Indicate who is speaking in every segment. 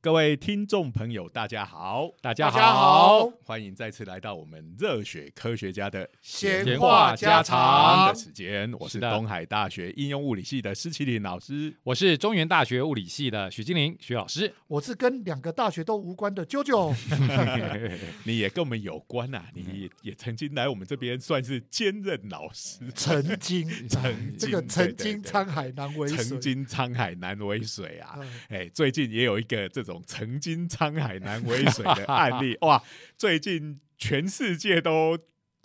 Speaker 1: 各位听众朋友，大家好，
Speaker 2: 大
Speaker 3: 大
Speaker 2: 家
Speaker 3: 家好，
Speaker 1: 欢迎再次来到我们热血科学家的
Speaker 3: 闲
Speaker 2: 话家
Speaker 1: 常
Speaker 3: 常
Speaker 1: 的时间。我是
Speaker 2: 是的
Speaker 1: 东海大学应用物理系的施启林老师。
Speaker 2: 我是中原大学物理系的许金玲许老 师。
Speaker 3: 我是跟两个大学都无关的啾啾，
Speaker 1: 你也跟我们有关啊，你也也曾经来我们这边算是兼任老师，
Speaker 3: 曾经，
Speaker 1: 曾经
Speaker 3: 这个曾
Speaker 1: 对
Speaker 3: 经
Speaker 1: 对对
Speaker 3: 沧海难为水，
Speaker 1: 曾经沧海难为水啊。
Speaker 3: 嗯
Speaker 1: 哎，最近也有一个这种曾经沧海难为水的案例哇！最近全世界都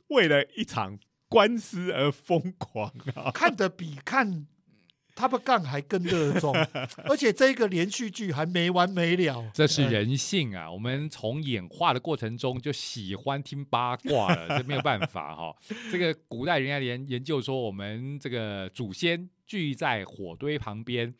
Speaker 1: 为了一场官司而疯狂啊！
Speaker 3: 看得比看他们杠还更热 衷，而且这个连续剧还没完没了。
Speaker 2: 这是人性啊！我们从演化的过程中就喜欢听八卦了，这没有办法 哈、这个古代人家研研究说，我们这个祖先聚在火堆旁边，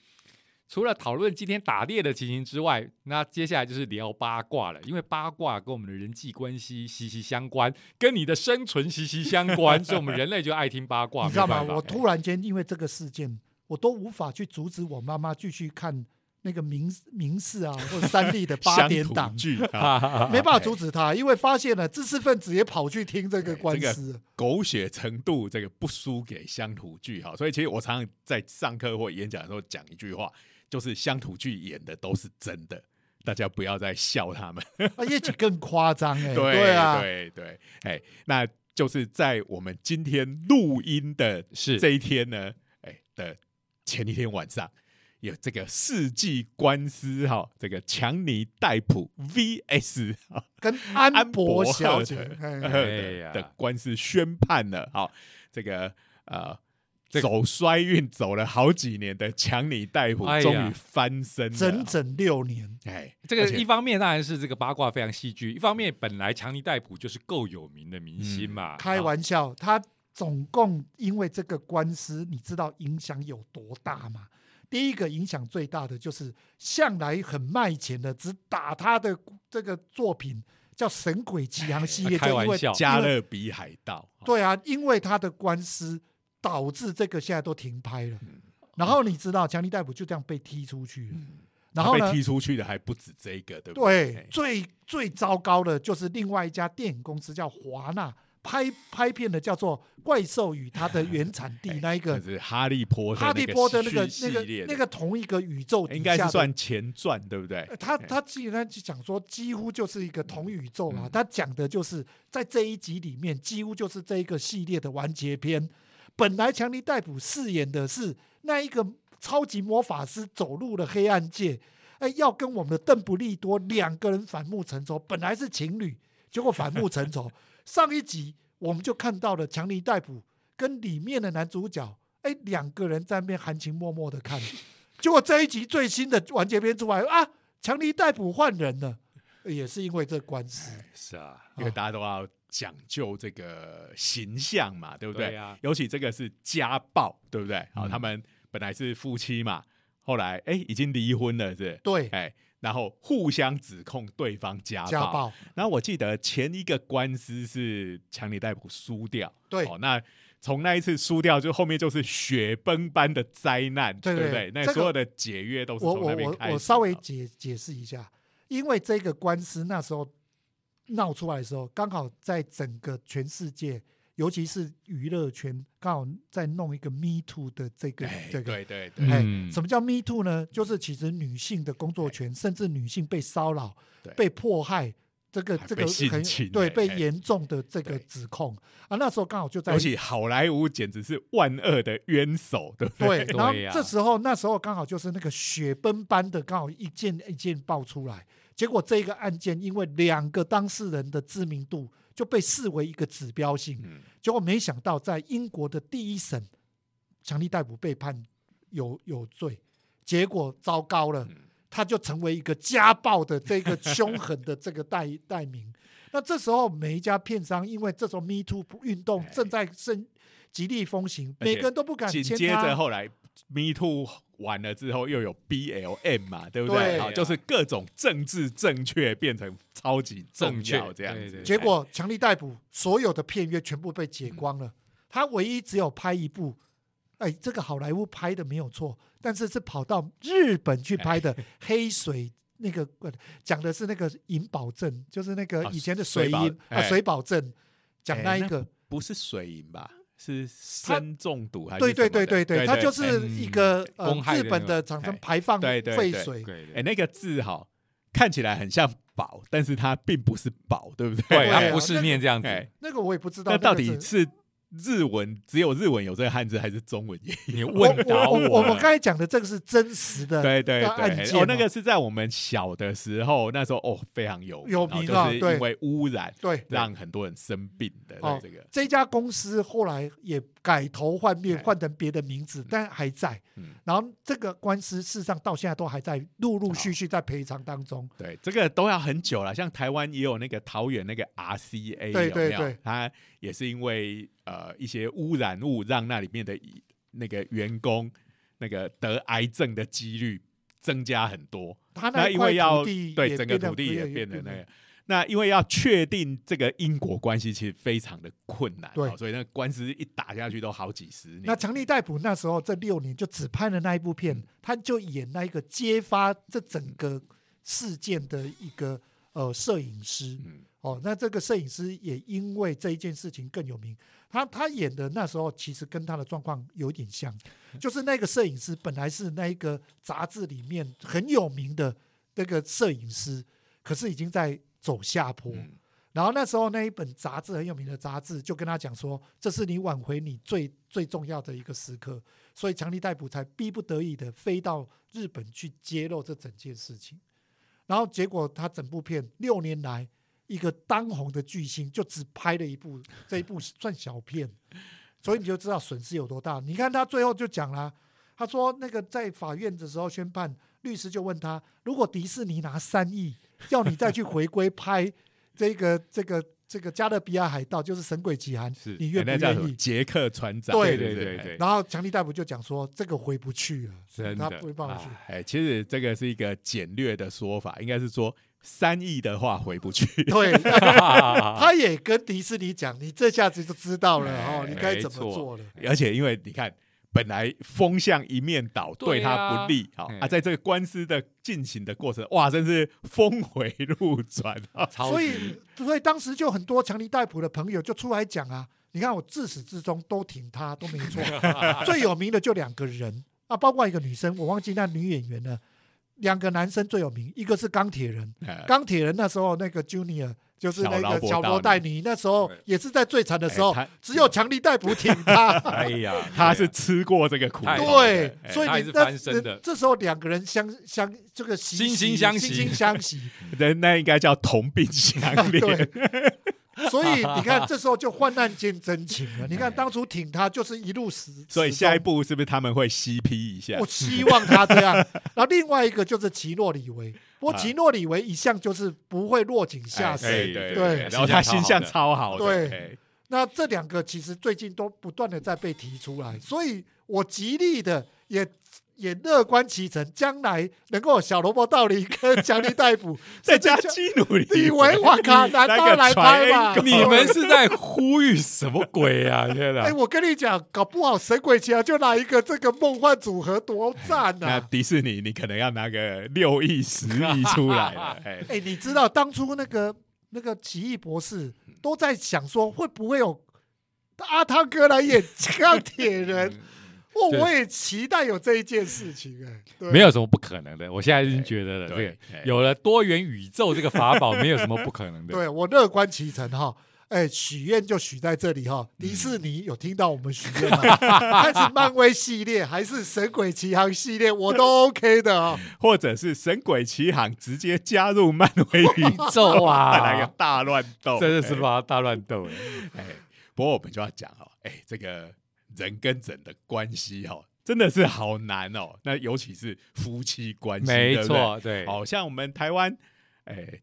Speaker 2: 除了讨论今天打猎的情形之外，那接下来就是聊八卦了，因为八卦跟我们的人际关系息息相关，跟你的生存息息相关，所以我们人类就爱听八卦，
Speaker 3: 你知道
Speaker 2: 没
Speaker 3: 吗？
Speaker 2: 有办法
Speaker 1: 哎
Speaker 3: 我 突然间因为这个事件，我都无法去阻止我妈妈继续看那个明明视 啊，或者三立的八
Speaker 1: 乡
Speaker 3: 点
Speaker 1: 土
Speaker 3: 档，
Speaker 1: 剧啊，哎
Speaker 3: 没办法阻止她，因为发现了知识分子也跑去听这个官
Speaker 1: 这
Speaker 3: 司。
Speaker 1: 狗血程度这个不输给乡土剧哈。所以其实我常常在上课或演讲的时候讲一句话，就是乡土剧演的都是真的，大家不要再笑他们。
Speaker 3: 啊，业绩更夸张哎，
Speaker 1: 哎 对
Speaker 3: 啊，
Speaker 1: 对对，哎，那就是在我们今天录音的
Speaker 2: 是
Speaker 1: 这一天呢，哎的前一天晚上，有这个世纪官司哈、这个强尼戴普 VS 哈、
Speaker 3: 跟安
Speaker 1: 安
Speaker 3: 博
Speaker 1: 博
Speaker 3: 小
Speaker 1: 赫
Speaker 3: 姐
Speaker 1: 的，
Speaker 3: 哎
Speaker 2: 哎
Speaker 1: 的
Speaker 2: 呀
Speaker 1: 的官司宣判了，好、这个呃。
Speaker 2: 这个
Speaker 1: 走衰运走了好几年的强尼戴普
Speaker 2: 哎呀
Speaker 1: 终于翻身了，
Speaker 3: 整整六年，
Speaker 1: 哎，
Speaker 2: 这个
Speaker 1: 而且
Speaker 2: 一方面当然是这个八卦非常戏剧，一方面本来强尼戴普就是够有名的明星嘛，
Speaker 3: 开
Speaker 2: 啊
Speaker 3: 玩笑，他总共因为这个官司，你知道影响有多大吗？第一个影响最大的就是向来很卖钱的，只打他的这个作品叫《神鬼奇
Speaker 1: 哎
Speaker 3: 航》系列，就
Speaker 2: 开
Speaker 3: 因为
Speaker 2: 玩笑
Speaker 1: 加勒比海盗，
Speaker 3: 对啊，因为他的官司导致这个现在都停拍了。
Speaker 1: 嗯
Speaker 3: 然后你知道，强尼戴普就这样被踢出去了。然后
Speaker 1: 他
Speaker 3: 呢
Speaker 1: 被，踢出去的还不止这一个，对不
Speaker 3: 对
Speaker 1: 对，？哎
Speaker 3: 最最糟糕的就是另外一家电影公司叫华纳，拍拍片的叫做《怪兽与它的原产地》那一
Speaker 1: 哎就
Speaker 3: 个
Speaker 1: 是哈利波特
Speaker 3: 哈利波特那个
Speaker 1: 系
Speaker 3: 那个
Speaker 1: 系列的
Speaker 3: 那个同一个宇宙底下的
Speaker 1: 应该是算前传，对不对？
Speaker 3: 呃他他竟然就讲说，几乎就是一个同宇宙啦。他讲的就是在这一集里面，几乎就是这一个系列的完结篇。本来强尼戴普饰演的是那一个超级魔法师走入了黑暗界，哎，要跟我们的邓布利多两个人反目成仇。本来是情侣，结果反目成仇。上一集我们就看到了强尼戴普跟里面的男主角，哎，两个人在那边含情脉脉的看。结果这一集最新的完结篇出来啊，强尼逮捕换人了，也是因为这官司。
Speaker 1: 哎
Speaker 2: 是啊，
Speaker 3: 哦
Speaker 1: 因为大家都要讲究这个形象嘛，对不对？
Speaker 2: 对啊
Speaker 1: 尤其这个是家暴，对不对？好、
Speaker 2: 嗯
Speaker 1: 他们本来是夫妻嘛，后来哎、已经离婚了，是不是？
Speaker 3: 对，
Speaker 1: 哎，啊然后互相指控对方家暴。
Speaker 3: 家暴，
Speaker 1: 然后我记得前一个官司是强尼戴普输掉，
Speaker 3: 对
Speaker 1: 哦，那从那一次输掉，就后面就是雪崩般的灾难，
Speaker 3: 对
Speaker 1: 不
Speaker 3: 对
Speaker 1: 对？那
Speaker 3: 这个
Speaker 1: 所有的解约都是
Speaker 3: 我
Speaker 1: 从
Speaker 3: 我
Speaker 1: 那边
Speaker 3: 我
Speaker 1: 开始的。
Speaker 3: 我稍微解解释一下，因为这个官司那时候闹出来的时候，刚好在整个全世界，尤其是娱乐圈，刚好在弄一个 Me Too 的这个
Speaker 1: 哎，
Speaker 3: 这个
Speaker 1: 对对对，
Speaker 3: 哎，
Speaker 2: 嗯
Speaker 3: 什么叫 Me Too 呢？就是其实女性的工作权，甚至女性被骚
Speaker 1: 哎
Speaker 3: 扰
Speaker 1: 对、
Speaker 3: 被迫害，这个
Speaker 1: 还
Speaker 3: 这个
Speaker 1: 被性
Speaker 3: 很
Speaker 1: 侵
Speaker 3: 对
Speaker 1: 哎
Speaker 3: 被
Speaker 1: 哎
Speaker 3: 严重的这个
Speaker 1: 对
Speaker 3: 指控啊。那时候刚好就在
Speaker 1: 尤其好莱坞简直是万恶的冤首，对不对？
Speaker 3: 对，
Speaker 2: 对
Speaker 3: 然后
Speaker 2: 呀
Speaker 3: 这时候那时候刚好就是那个雪崩般的，刚好一件一件爆出来。结果这个案件因为两个当事人的知名度就被视为一个指标性，
Speaker 1: 嗯，
Speaker 3: 结果没想到在英国的第一审，强力逮捕被判有有罪，结果糟糕了。
Speaker 1: 嗯
Speaker 3: 他就成为一个家暴的这个凶狠的这个代 代名。那这时候每一家片商，因为这种 Me Too 运动
Speaker 1: 哎
Speaker 3: 正在盛极力风行，
Speaker 1: 而且
Speaker 3: 每个人都不敢
Speaker 1: 紧
Speaker 3: 签
Speaker 1: 接着
Speaker 3: 他。
Speaker 1: 后来 Me Too 完了之后，又有 BLM 嘛，对不
Speaker 3: 对
Speaker 1: 好，就是各种政治正确变成超级重要这样
Speaker 2: 正确对
Speaker 1: 子
Speaker 2: 对。
Speaker 3: 结果强力逮捕，所有的片约全部被解光了。他唯一只有拍一部，哎，这个好莱坞拍的没有错，但是是跑到日本去拍的 《黑水那个呃讲的是那个银保证，就是那个
Speaker 1: 啊
Speaker 3: 以前的
Speaker 1: 水
Speaker 3: 水
Speaker 1: 保
Speaker 3: 银啊
Speaker 1: 哎
Speaker 3: 水保证，讲那一个，
Speaker 1: 不是水银吧？是砷中毒还是
Speaker 3: 对
Speaker 1: 什么
Speaker 3: 对
Speaker 1: 的？
Speaker 3: 对对对，它就
Speaker 1: 哎
Speaker 3: 是
Speaker 2: 嗯
Speaker 3: 一个呃
Speaker 2: 公害的
Speaker 3: 日本
Speaker 2: 那个
Speaker 3: 的厂
Speaker 1: 哎
Speaker 3: 商排放
Speaker 1: 对对
Speaker 3: 废
Speaker 1: 对
Speaker 3: 水，
Speaker 2: 对对
Speaker 1: 哎那个字哈，看起来很像宝，但是它并不是宝，对不对？
Speaker 2: 对，
Speaker 3: 对
Speaker 2: 它
Speaker 3: 啊
Speaker 2: 不是
Speaker 3: 那
Speaker 2: 念这样子，
Speaker 1: 哎，
Speaker 3: 那个我也不知道
Speaker 1: 那到
Speaker 3: 个
Speaker 1: 底
Speaker 3: 是
Speaker 1: 是日文只有日文有这个汉字，还是中文也
Speaker 2: 你
Speaker 3: 我
Speaker 2: 问倒
Speaker 3: 我我
Speaker 2: 了
Speaker 3: 我刚才讲的这个是真实的，
Speaker 1: 对对
Speaker 3: 那案
Speaker 1: 对，
Speaker 3: 件
Speaker 1: 哦
Speaker 3: 哦，
Speaker 1: 那个是在我们小的时候，那时候哦非常有
Speaker 3: 有
Speaker 1: 然后
Speaker 3: 名啊
Speaker 1: 就是
Speaker 3: 对
Speaker 1: 因为污染
Speaker 3: 对
Speaker 1: 让很多人生病的
Speaker 3: 哦
Speaker 1: 这个，
Speaker 3: 这家公司后来也改头换面，
Speaker 1: 哎
Speaker 3: 换成别的名字，但还在。
Speaker 1: 嗯，
Speaker 3: 然后这个官司事实上到现在都还在陆陆续续在赔偿当中。
Speaker 1: 对，这个都要很久了。像台湾也有那个桃园那个 RCA，
Speaker 3: 对对
Speaker 1: 有没有
Speaker 3: 对？
Speaker 1: 它也是因为呃一些污染物，让那里面的一那个员工那个得癌症的几率增加很多。
Speaker 3: 他
Speaker 1: 那
Speaker 3: 啊一
Speaker 1: 因
Speaker 3: 块
Speaker 1: 为要
Speaker 3: 土地
Speaker 1: 对
Speaker 3: 也
Speaker 1: 整个
Speaker 3: 变得
Speaker 1: 土地也
Speaker 3: 也
Speaker 1: 变得那
Speaker 3: 得
Speaker 1: 个，那因为要确定这个因果关系，其实非常的困难、
Speaker 3: 对
Speaker 1: 哦，所以那个官司一打下去都好几十年。
Speaker 3: 那强力逮捕那时候这六年就只拍了那一部
Speaker 1: 嗯
Speaker 3: 片，他就演那一个揭发这整个事件的一个呃摄影师。
Speaker 1: 嗯，
Speaker 3: 哦，那这个摄影师也因为这一件事情更有名。他他演的那时候其实跟他的状况有点像，就是那个摄影师本来是那一个杂志里面很有名的那个摄影师，可是已经在走下坡。
Speaker 1: 嗯
Speaker 3: 然后那时候那一本杂志很有名的杂志就跟他讲说，这是你挽回你最最重要的一个时刻，所以强力逮捕才逼不得已的飞到日本去揭露这整件事情。然后结果他整部片六年来，一个当红的巨星就只拍了一部，这一部算小 片，所以你就知道损失有多大。你看他最后就讲啦，他说那个在法院的时候宣判，律师就问他，如果迪士尼拿三亿要你再去回归拍这个这个这个加勒比海海盗，就是《神鬼奇谭》
Speaker 2: 是，
Speaker 3: 你愿不
Speaker 1: 哎那叫什
Speaker 3: 愿
Speaker 1: 么
Speaker 3: 意？
Speaker 1: 捷克船长？
Speaker 3: 对
Speaker 1: 对
Speaker 2: 对对
Speaker 1: 对
Speaker 2: 对，
Speaker 3: 然后强力逮捕就讲说，这个回不去了，
Speaker 2: 真
Speaker 3: 他
Speaker 2: 的啊
Speaker 3: 不会办法去。
Speaker 1: 哎，其实这个是一个简略的说法，应该是说三亿的话回 不去。
Speaker 3: 对，
Speaker 2: 他
Speaker 3: 他也跟迪士尼讲，你这下子就知道了哦，你该
Speaker 2: 哎
Speaker 3: 怎
Speaker 2: 没
Speaker 3: 么
Speaker 2: 错
Speaker 3: 做了。
Speaker 1: 而且因为你看，本来风向一面倒，
Speaker 2: 对
Speaker 1: 对
Speaker 2: 啊
Speaker 1: 他不利，好
Speaker 2: 嘿
Speaker 1: 啊，在这个官司的进行的过程，哇，真是峰回路转啊！
Speaker 2: 超
Speaker 3: 所
Speaker 2: 级
Speaker 3: 以，所以当时就很多强尼戴普的朋友就出来讲啊，你看我自始至终都挺他，都没 错。最有名的就两个人啊，包括一个女生，我忘记那女演员了。两个男生最有名，一个是钢铁人，
Speaker 2: 哎
Speaker 1: 呃
Speaker 3: 钢铁人那时候那个 Junior 就是那
Speaker 1: 小劳
Speaker 3: 个
Speaker 1: 勃
Speaker 3: 小罗
Speaker 1: 道
Speaker 3: 戴
Speaker 1: 尼
Speaker 3: 尼，那时候也是在最惨的时候
Speaker 1: 哎他，
Speaker 3: 只有强尼戴普挺他。
Speaker 2: 哎呀，
Speaker 1: 他是吃过这个苦
Speaker 2: 太
Speaker 1: 头，
Speaker 2: 好了哎
Speaker 3: 对，所以
Speaker 2: 他也
Speaker 3: 你
Speaker 2: 是
Speaker 3: 那
Speaker 2: 翻身的
Speaker 3: 这时候两个人相相这个习
Speaker 2: 惺惺
Speaker 3: 习
Speaker 2: 相
Speaker 3: 惺
Speaker 2: 惜
Speaker 3: 惺 相惜。
Speaker 1: 人那应该叫同病相 怜。
Speaker 3: 对，所以你看，这时候就患难见真情 了。你看当初挺他就是一路死，
Speaker 1: 所以下一
Speaker 3: 步
Speaker 1: 步是不是他们会 CP 一下
Speaker 3: 我？希望他 这样。然后另外一个就是奇诺里维，不过奇诺里维一向就是不会落井下石。
Speaker 2: 啊哎
Speaker 1: 对
Speaker 2: 对
Speaker 1: 对
Speaker 3: 对
Speaker 1: 然后他形象超好的，
Speaker 3: 对
Speaker 1: 哎
Speaker 3: 那这两个其实最近都不断的在被提出来，所以我极力的也。也乐观其成，将来能够有小萝卜道理跟强力逮捕，
Speaker 1: 再加
Speaker 3: 甚至
Speaker 1: 基努里
Speaker 3: 你以为我 靠，难道来拍吧？
Speaker 2: 你们是在呼吁什么鬼啊？天
Speaker 3: 哎、
Speaker 2: 哪！
Speaker 3: 我跟你讲，搞不好神鬼奇侠就来一个这个梦幻组合，多赞啊呐、
Speaker 1: 那
Speaker 2: 哎
Speaker 1: 迪士尼你可能要拿个六亿、十亿出来 了，哎，
Speaker 3: 哎、你知道当初那个那个奇异博士都在想说，会不会有阿汤哥来演钢 铁人？我
Speaker 2: 对
Speaker 3: 我也期待有这一件事情哎、对
Speaker 2: 没有什么不可能的，我现在已经觉得了，
Speaker 1: 对
Speaker 2: 这个
Speaker 1: 对
Speaker 2: 有了多元宇宙这个法宝，没有什么不可能的。
Speaker 3: 对我乐观其成哈。哎，许愿就许在这里哈。迪士尼有听到我们许愿吗？ 还是漫威系列，还是神鬼奇航系列，我都 OK 的哦。
Speaker 1: 或者是神鬼奇航直接加入漫威宇宙
Speaker 2: 宇宙
Speaker 1: 来个
Speaker 2: 啊，
Speaker 1: 大乱斗，
Speaker 2: 真的是把它大乱斗了。
Speaker 1: 哎？哎，不过我们就要讲哦，哎，这个人跟人的关系哦，真的是好难哦。那尤其是夫妻关系，
Speaker 2: 没
Speaker 1: 对不对
Speaker 2: 错，对，
Speaker 1: 好、像我们台湾，哎，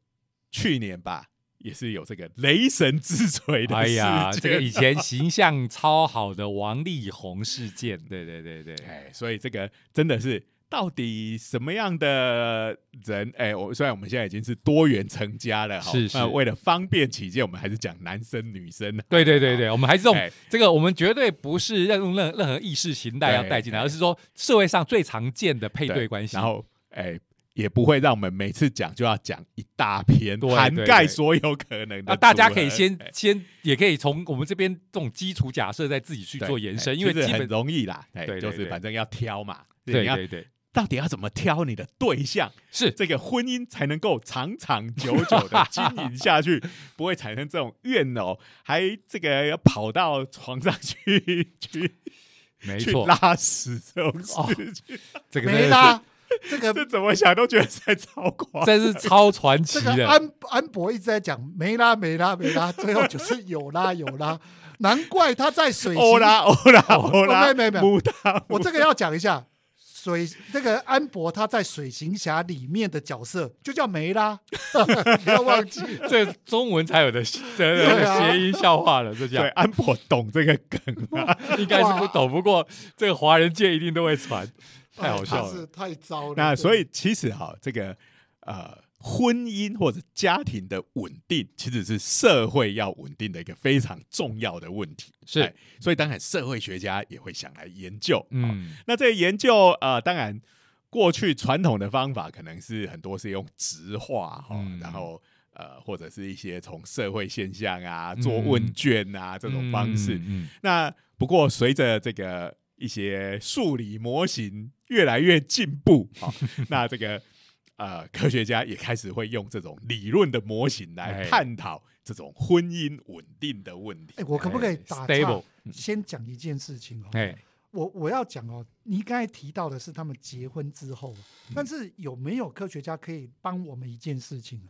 Speaker 1: 去年吧，也是有这个雷神之锤的
Speaker 2: 哎
Speaker 1: 事件。
Speaker 2: 呀，这个以前形象超好的王力宏 事件，对对对对，
Speaker 1: 哎，所以这个真的是到底什么样的人？哎，我虽然我们现在已经是多元成家了，哈
Speaker 2: 是是
Speaker 1: 那为了方便起见，我们还是讲男生女生。啊
Speaker 2: 对对对对，我们还是用
Speaker 1: 哎
Speaker 2: 这个，我们绝对不是用任任何意识形态要带进来，
Speaker 1: 对
Speaker 2: 而是说社会上最常见的配对关系。
Speaker 1: 然后哎，也不会让我们每次讲就要讲一大篇，
Speaker 2: 对
Speaker 1: 涵
Speaker 2: 对
Speaker 1: 盖
Speaker 2: 对
Speaker 1: 所有可能的组合。
Speaker 2: 那大家可以先
Speaker 1: 哎
Speaker 2: 先，也可以从我们这边这种基础假设，再自己去
Speaker 1: 对
Speaker 2: 做延
Speaker 1: 哎
Speaker 2: 伸，因为
Speaker 1: 其实
Speaker 2: 基
Speaker 1: 很
Speaker 2: 本
Speaker 1: 容易啦，哎
Speaker 2: 对对
Speaker 1: 就是
Speaker 2: 对
Speaker 1: 反正要挑嘛，
Speaker 2: 对
Speaker 1: 你要
Speaker 2: 对对
Speaker 1: 到底要怎么挑你的对象，
Speaker 2: 是
Speaker 1: 这个婚姻才能够长长久久 的经营下去，不会产生这种怨偶，还这个要跑到床上去去
Speaker 2: 没
Speaker 1: 去
Speaker 2: 错，哦
Speaker 1: 拉屎这种事情，
Speaker 2: 这个真
Speaker 3: 没
Speaker 2: 的
Speaker 3: 啦，这
Speaker 1: 这
Speaker 3: 个
Speaker 1: 怎么想都觉得在超夸
Speaker 2: 是，。真是超传奇
Speaker 3: 这个
Speaker 2: 的。
Speaker 3: 安安博一直在讲没啦没啦没啦，最后就是有啦有 啦，难怪他在水
Speaker 1: 欧哦
Speaker 2: 哦
Speaker 3: 星
Speaker 1: 啦欧啦欧
Speaker 3: 没
Speaker 1: 啦，
Speaker 3: 有没有没有
Speaker 1: 母大
Speaker 3: 我这个要讲一下，水这个安博他在《水行侠》里面的角色就叫梅 拉，不要忘记。
Speaker 2: 这中文才有的
Speaker 3: 对
Speaker 2: 的
Speaker 3: 啊
Speaker 2: 谐音笑话了，这叫
Speaker 1: 对安博懂这个梗啊，
Speaker 2: 应该是不懂，不过这个华人界一定都会传， 太好笑
Speaker 3: 哎他是
Speaker 2: 了。
Speaker 3: 太糟了。
Speaker 1: 那
Speaker 3: 对
Speaker 1: 所以其实哈，这个呃婚姻或者家庭的稳定，其实是社会要稳定的一个非常重要的问题。
Speaker 2: 是
Speaker 1: 哎所以当然社会学家也会想来研究。嗯，
Speaker 2: 嗯，
Speaker 1: 那这个研究呃，当然过去传统的方法可能是很多是用直话哈，
Speaker 2: 嗯
Speaker 1: 然后。呃，或者是一些从社会现象啊、做问卷啊、这种方式，
Speaker 2: 嗯，
Speaker 1: 那不过随着这个一些数理模型越来越进步，好、那这个呃科学家也开始会用这种理论的模型来
Speaker 2: 哎
Speaker 1: 探讨这种婚姻稳定的问题。
Speaker 3: 哎，我可不可以打岔
Speaker 2: stable？？嗯
Speaker 3: 先讲一件事情哦。
Speaker 2: 哎，
Speaker 3: 我我要讲哦，你刚才提到的是他们结婚之后，啊但是有没有科学家可以帮我们一件事情？啊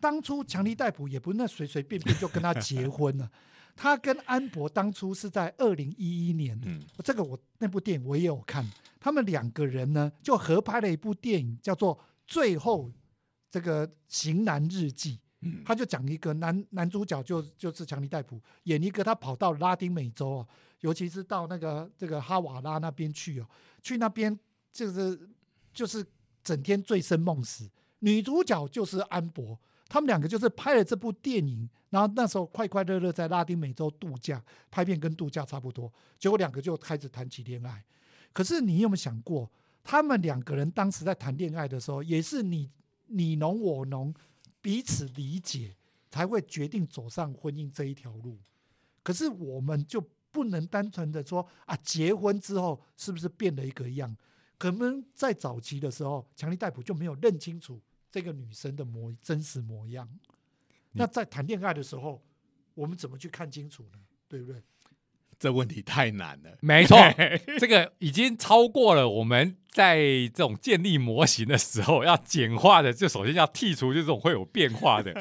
Speaker 3: 当初强尼戴普也不是那随随便便就跟他结婚了，他跟安博当初是在二零一一年，
Speaker 1: 嗯
Speaker 3: 这个我那部电影我也有看，他们两个人呢就合拍了一部电影，叫做《最后这个型男日记》。
Speaker 1: 嗯
Speaker 3: 他就讲一个男男主角就就是强尼戴普演一个他跑到拉丁美洲哦，尤其是到那个这个哈瓦拉那边去哦，去那边就是就是整天醉生梦死。女主角就是安博，他们两个就是拍了这部电影，然后那时候快快乐乐在拉丁美洲度假，拍片跟度假差不多，结果两个就开始谈起恋爱。可是你有没有想过，他们两个人当时在谈恋爱的时候，也是你你侬我侬，彼此理解，才会决定走上婚姻这一条路。可是我们就不能单纯的说啊，结婚之后是不是变了一个样？可能在早期的时候，强力逮捕就没有认清楚这个女生的模真实模样。那在谈恋爱的时候，我们怎么去看清楚呢？对不对？
Speaker 1: 这问题太难了。
Speaker 2: 没错， 这个已经超过了我们在这种建立模型的时候要简化的，就首先要剔除就这种会有变化 的。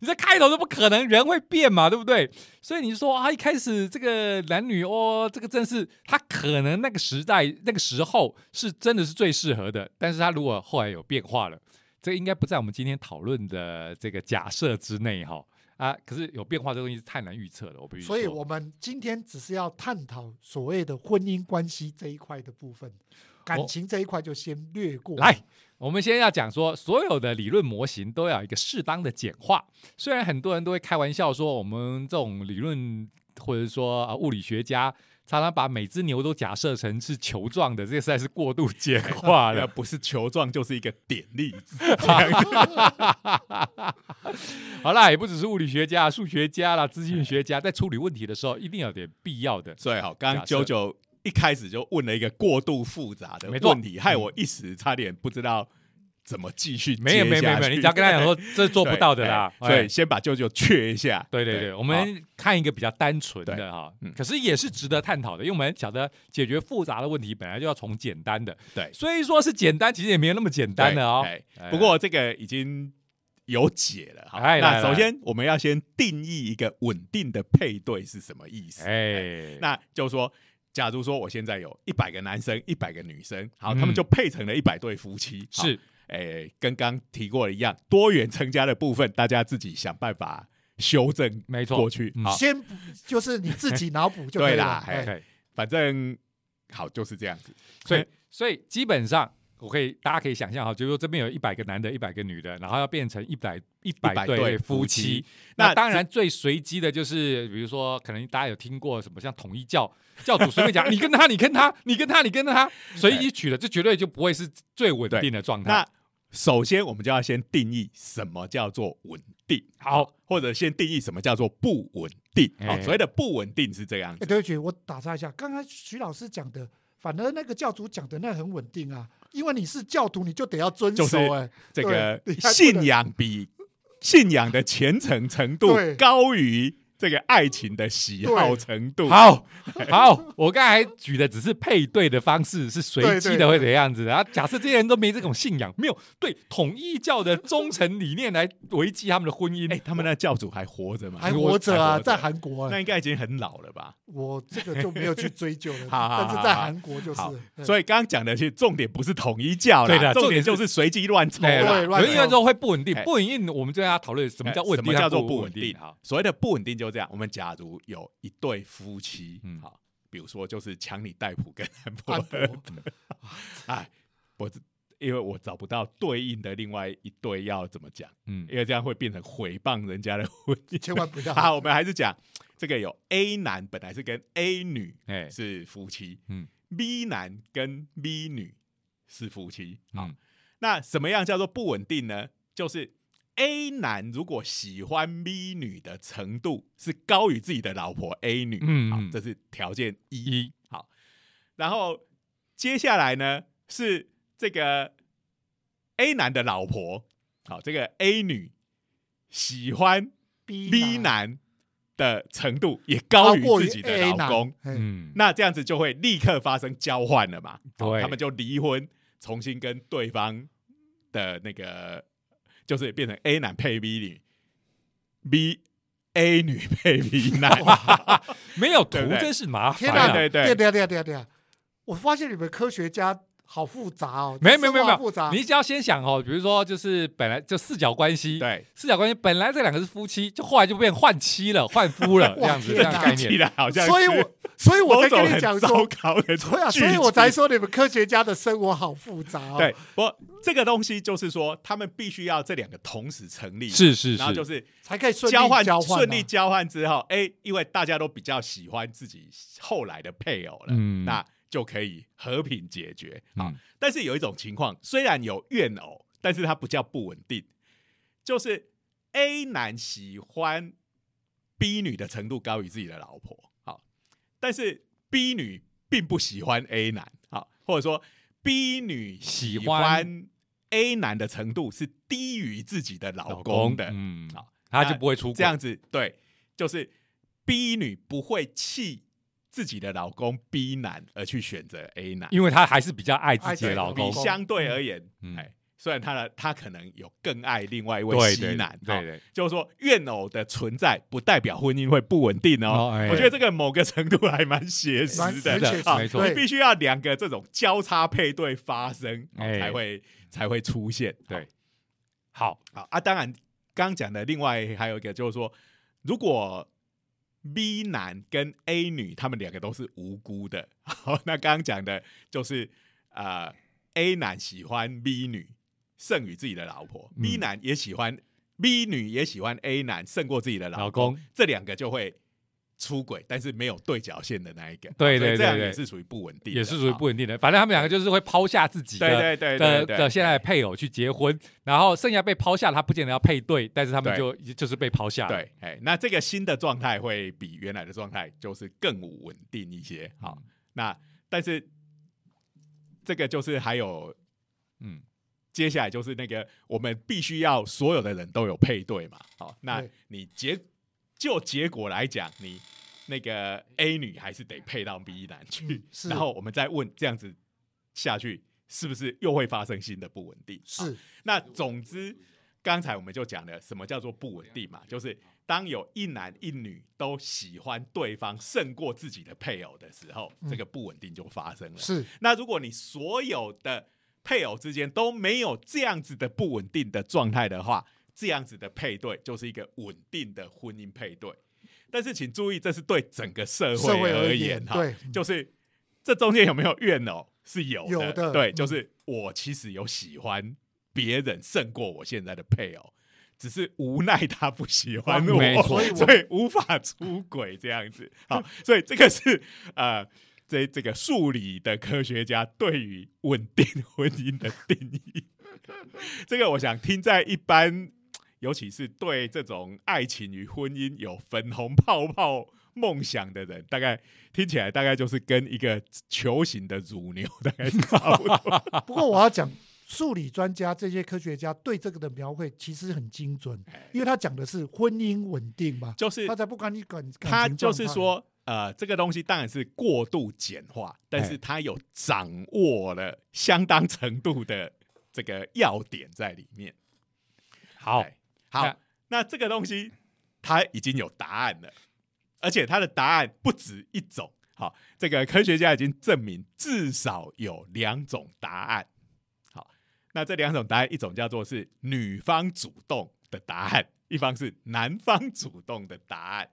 Speaker 2: 你在开头都不可能人会变嘛，对不对？所以你说啊，一开始这个男女哦，这个真是他可能那个时代那个时候是真的是最适合的，但是他如果后来有变化了，这个应该不在我们今天讨论的这个假设之内哈。啊，可是有变化这东西是太难预测了，我必须说。
Speaker 3: 所以我们今天只是要探讨所谓的婚姻关系这一块的部分，感情这一块就先略过。
Speaker 2: 来，我们先要讲说，所有的理论模型都要有一个适当的简化。虽然很多人都会开玩笑说，我们这种理论或者说啊物理学家，常常把每只牛都假设成是球状的，这实在是过度简化
Speaker 1: 呃
Speaker 2: 了。
Speaker 1: 不是球状就是一个典例子，
Speaker 2: 好啦，也不只是物理学家、数学家啦、资讯学家，在处理问题的时候，一定要有点必要的。
Speaker 1: 所以哈，刚刚
Speaker 2: 假
Speaker 1: 九
Speaker 2: 设
Speaker 1: 九一开始就问了一个过度复杂的
Speaker 2: 没错
Speaker 1: 问题，害我一时差点不知道怎么继续
Speaker 2: 没有，没有，没有，没有，你只要跟他讲说，这是
Speaker 1: 做
Speaker 2: 做不到的啦。
Speaker 1: 所
Speaker 2: 哎
Speaker 1: 以先把舅舅确一下。
Speaker 2: 对对对，我
Speaker 1: 好
Speaker 2: 们看一个比较单纯的哈
Speaker 1: 对嗯，
Speaker 2: 可是也是值得探讨的，因为我们晓得解决复杂的问题本来就要从简单的，
Speaker 1: 对
Speaker 2: 虽说是简单，其实也没有那么简单的哦
Speaker 1: 对。哎不过这个已经有解了。好，
Speaker 2: 哎
Speaker 1: 那
Speaker 2: 来
Speaker 1: 首
Speaker 2: 来
Speaker 1: 先我们要先定义一个稳定的配对是什么意思。
Speaker 2: 哎，
Speaker 1: 那就说，假如说我现在有一百个男生，一百个女生，好，
Speaker 2: 嗯
Speaker 1: 他们就配成了一百对夫妻。好
Speaker 2: 是，
Speaker 1: 哎，跟刚提过的一样，多元成家的部分，大家自己想办法修正
Speaker 2: 没错
Speaker 1: 过去。
Speaker 2: 嗯
Speaker 1: 好，
Speaker 3: 先不就是你自己脑补就可以
Speaker 1: 对
Speaker 3: 了。
Speaker 1: 啦，
Speaker 3: 哎
Speaker 1: 哎，反正好就是这样子。
Speaker 2: 所以所以基本上。我可以，大家可以想象哈，就是说这边有一百个男的，一百个女的，然后要变成一百一百
Speaker 1: 100对夫
Speaker 2: 夫
Speaker 1: 妻
Speaker 2: 妻。那
Speaker 1: 那
Speaker 2: 当然最随机的就是，比如说，可能大家有听过什么像统一教教主随便讲，你跟他，你跟他，你跟他，你跟他，随机取的，这绝对就不会是最稳定的状态。
Speaker 1: 那首先，我们就要先定义什么叫做稳定，
Speaker 2: 好，
Speaker 1: 或者先定义什么叫做不稳定。好、
Speaker 2: 哎
Speaker 1: 所谓的不稳定是这个样
Speaker 3: 哎，
Speaker 1: 子。
Speaker 3: 对不起，我打岔一下，刚才徐老师讲的，反而那个教主讲的那很稳定啊，因为你是教徒，你就得要遵
Speaker 1: 就是
Speaker 3: 守哎、
Speaker 1: 这个
Speaker 3: 对你还不能
Speaker 1: 信仰比信仰的虔诚程度
Speaker 3: 对
Speaker 1: 高于这个爱情的喜好
Speaker 3: 对
Speaker 1: 程度。
Speaker 2: 好，好，我刚才举的只是配对的方式，是随
Speaker 3: 对
Speaker 2: 机
Speaker 3: 对
Speaker 2: 的会
Speaker 3: 对
Speaker 2: 怎样子的。然后假设这些人都没这种信仰，没有对统一教的忠诚理念来维系他们的婚姻
Speaker 1: 哎、，他们那教主还活着吗？
Speaker 3: 还
Speaker 1: 如果
Speaker 3: 活着啊，
Speaker 1: 还
Speaker 3: 在韩国、
Speaker 1: 那
Speaker 3: 哎，
Speaker 1: 应该已经很老了吧？，
Speaker 3: 我这个就没有去追究了
Speaker 1: 好好好
Speaker 3: 但是在韩国就是
Speaker 1: 好，
Speaker 3: 嗯
Speaker 1: 所以刚刚讲的是重点，不是统一教啦，
Speaker 2: 对的
Speaker 1: 重
Speaker 2: 重
Speaker 1: 点
Speaker 2: 点是
Speaker 1: 就是随机乱抽
Speaker 2: 对
Speaker 1: 啦。
Speaker 2: 啦
Speaker 3: 对乱
Speaker 2: 哎有一些
Speaker 3: 搞
Speaker 2: 时候会不稳定
Speaker 1: 哎，
Speaker 2: 不稳定，我们就要讨论什么叫
Speaker 1: 哎
Speaker 2: 稳
Speaker 1: 什
Speaker 2: 定，
Speaker 1: 么叫做不
Speaker 2: 稳
Speaker 1: 稳定？
Speaker 2: 好，
Speaker 1: 所谓的不稳定就是这样。我们假如有一对夫妻，
Speaker 2: 嗯
Speaker 1: 好，比如说就是强尼戴普跟 安博
Speaker 3: 安，博
Speaker 1: 哎，我这因为我找不到对应的另外一对要怎么讲，
Speaker 2: 嗯，
Speaker 1: 因为这样会变成毁谤人家的婚姻。
Speaker 3: 千万不 要。
Speaker 1: 好，我们还是讲这个有 A 男本来是跟 A 女
Speaker 2: 哎，
Speaker 1: 是夫妻，
Speaker 2: 嗯
Speaker 1: ，B 男跟 B 女是夫妻，好，
Speaker 2: 嗯
Speaker 1: 那什么样叫做不稳定呢？就是 A 男如果喜欢 B 女的程度是高于自己的老婆 A 女，
Speaker 2: 嗯
Speaker 1: 好
Speaker 2: 嗯
Speaker 1: 这是条件一。
Speaker 2: 一
Speaker 1: 好，然后接下来呢是这个 A 男的老婆，好，这个 A 女喜欢
Speaker 3: B
Speaker 1: B 男的程度也高于自己的老公，
Speaker 3: 嗯，
Speaker 2: 嗯，
Speaker 1: 那这样子就会立刻发生交换了嘛？好
Speaker 2: 对
Speaker 1: 他们就离婚，重新跟对方的那个就是变成 A 男配 B 女，B A 女配 B 男，
Speaker 2: 没有图
Speaker 1: 对不对
Speaker 2: 真是麻烦
Speaker 3: 天
Speaker 2: 啊
Speaker 3: 哪，
Speaker 1: 对对
Speaker 3: 对对对对对，我发现你们科学家好复杂哦，
Speaker 2: 没有没有没
Speaker 3: 生活
Speaker 2: 有
Speaker 3: 好
Speaker 2: 没
Speaker 3: 复杂
Speaker 2: 有，，你只要先想哦，比如说就是本来就四角关系，
Speaker 1: 对，
Speaker 2: 四角关系本来这两个是夫妻，就后来就变换妻了、换夫了这
Speaker 3: 哇
Speaker 2: 样子这
Speaker 3: 天
Speaker 2: 样的
Speaker 3: 哪
Speaker 2: 概
Speaker 1: 记
Speaker 2: 念。
Speaker 1: 得好像
Speaker 3: 所以
Speaker 1: 是
Speaker 3: 我所以我
Speaker 1: 某
Speaker 3: 才
Speaker 1: 种
Speaker 3: 跟
Speaker 1: 很
Speaker 3: 你讲
Speaker 1: 糟
Speaker 3: 说，
Speaker 1: 糕的
Speaker 3: 对啊，
Speaker 1: 剧
Speaker 3: 所以我才
Speaker 1: 情
Speaker 3: 说你们科学家的生活好复杂哦。
Speaker 1: 对，不过这个东西就是说，他们必须要这两个同时成立，
Speaker 2: 是是，
Speaker 1: 然后就是是
Speaker 3: 才可以顺利
Speaker 1: 交换
Speaker 3: 交换啊
Speaker 1: 顺利交换之后，哎、因为大家都比较喜欢自己后来的配偶了，
Speaker 2: 嗯
Speaker 1: 那就可以和平解决。好，
Speaker 2: 嗯
Speaker 1: 但是有一种情况，虽然有怨偶，但是它不叫不稳定，就是 A 男喜欢 B 女的程度高于自己的老婆，好，但是 B 女并不喜欢 A 男，好，或者说 B 女喜
Speaker 2: 喜欢
Speaker 1: 欢 A 男的程度是低于自己的老公
Speaker 2: 公
Speaker 1: 的，
Speaker 2: 嗯，
Speaker 1: 好，
Speaker 2: 他就不会出轨
Speaker 1: 这样子，对，就是 B 女不会气自己的老公 B 男而去选择 A 男，
Speaker 2: 因为他还是比较爱自
Speaker 3: 爱
Speaker 2: 己的
Speaker 3: 自己
Speaker 2: 老
Speaker 3: 的
Speaker 2: 公
Speaker 1: 比
Speaker 3: 老，公
Speaker 1: 相对而言，
Speaker 2: 嗯
Speaker 1: 哎，虽然他的他可能有更爱另外一位
Speaker 2: 对
Speaker 1: C
Speaker 2: 对
Speaker 1: 男，
Speaker 2: 对
Speaker 1: 哦
Speaker 2: 对，
Speaker 1: 就是说怨偶的存在不代表婚姻会不稳定哦
Speaker 2: 哦哎。
Speaker 1: 我觉得这个某个程度还蛮写实
Speaker 3: 蛮
Speaker 1: 的
Speaker 3: 蛮
Speaker 2: 的
Speaker 3: 写实
Speaker 1: 啊，
Speaker 2: 没错
Speaker 1: 你
Speaker 3: 对
Speaker 1: 必须要两个这种交叉配对发生，哦
Speaker 2: 哎
Speaker 1: 才会才会出现。哦
Speaker 2: 对，好，
Speaker 1: 好啊，当然，刚刚讲的另外还有一个就是说，如果 B 男跟 A 女他们两个都是无辜的，好，那刚刚讲的就是呃，A 男喜欢 B 女胜于自己的老婆、
Speaker 2: 嗯
Speaker 1: b 男也喜欢 B 女也喜欢 A 男胜过自己的
Speaker 2: 老
Speaker 1: 老公，
Speaker 2: 公
Speaker 1: 这两个就会。出轨，但是没有对角线的那一个，
Speaker 2: 对
Speaker 1: 所以
Speaker 2: 对
Speaker 1: 这样
Speaker 2: 对对
Speaker 1: 也是属于不稳定的，
Speaker 2: 也是属于
Speaker 1: 好
Speaker 2: 不稳定的。反正他们两个就是会抛下自己
Speaker 1: 对对
Speaker 2: 的
Speaker 1: 对对
Speaker 2: 的
Speaker 1: 对
Speaker 2: 的现在的配偶去结婚，然后剩下被抛下，他不见得要配对，但是他们
Speaker 1: 对
Speaker 2: 就就是被抛下了。
Speaker 1: 对，哎，那这个新的状态会比原来的状态就是更稳定一些。好，那但是这个就是还有
Speaker 2: 嗯，
Speaker 1: 接下来就是那个我们必须要所有的人都有配对嘛。好，那
Speaker 3: 对
Speaker 1: 你结就结果来讲，你那个 A 女还是得配到 B 男去
Speaker 3: 嗯，是
Speaker 1: 然后我们再问这样子下去。是不是又会发生新的不稳定？好
Speaker 3: 是
Speaker 1: 那总之，刚才我们就讲了什么叫做不稳定嘛，就是当有一男一女都喜欢对方胜过自己的配偶的时候，这个不稳定就发生了。
Speaker 3: 是
Speaker 1: 那如果你所有的配偶之间都没有这样子的不稳定的状态的话，这样子的配对就是一个稳定的婚姻配对。但是请注意，这是对整个社
Speaker 3: 社会而
Speaker 1: 而
Speaker 3: 言，
Speaker 1: 哈，
Speaker 3: 对，
Speaker 1: 就是这中间有没有怨偶是有的，
Speaker 3: 有的
Speaker 1: 对，
Speaker 3: 嗯
Speaker 1: 就是我其实有喜欢别人胜过我现在的配偶，只是无奈他不喜欢我，
Speaker 2: 没错
Speaker 1: 所以无法出轨这样子。好，所以这个是呃。这这个数理的科学家对于稳定婚姻的定义， 这个我想听在一般，尤其是对这种爱情与婚姻有粉红泡泡梦想的人，大概听起来大概就是跟一个球形的乳牛大概是差不多。
Speaker 3: 不过我要讲，数理专家这些科学家对这个的描绘其实很精准，因为他讲的是婚姻稳定嘛，
Speaker 1: 就是
Speaker 3: 他才不管你感
Speaker 1: 他
Speaker 3: 感情
Speaker 1: 就是
Speaker 3: 状态
Speaker 1: 说，呃，这个东西当然是过度简化，但
Speaker 3: 哎
Speaker 1: 是他有掌握了相当程度的这个要点在里面。
Speaker 2: 好
Speaker 1: 哎，好
Speaker 2: 那，
Speaker 1: 那这个东西它已经有答案了，而且它的答案不止一种。好，这个科学家已经证明至少有两种答案。好，那这两种答案，一种叫做是女方主动的答案，一方是男方主动的答案。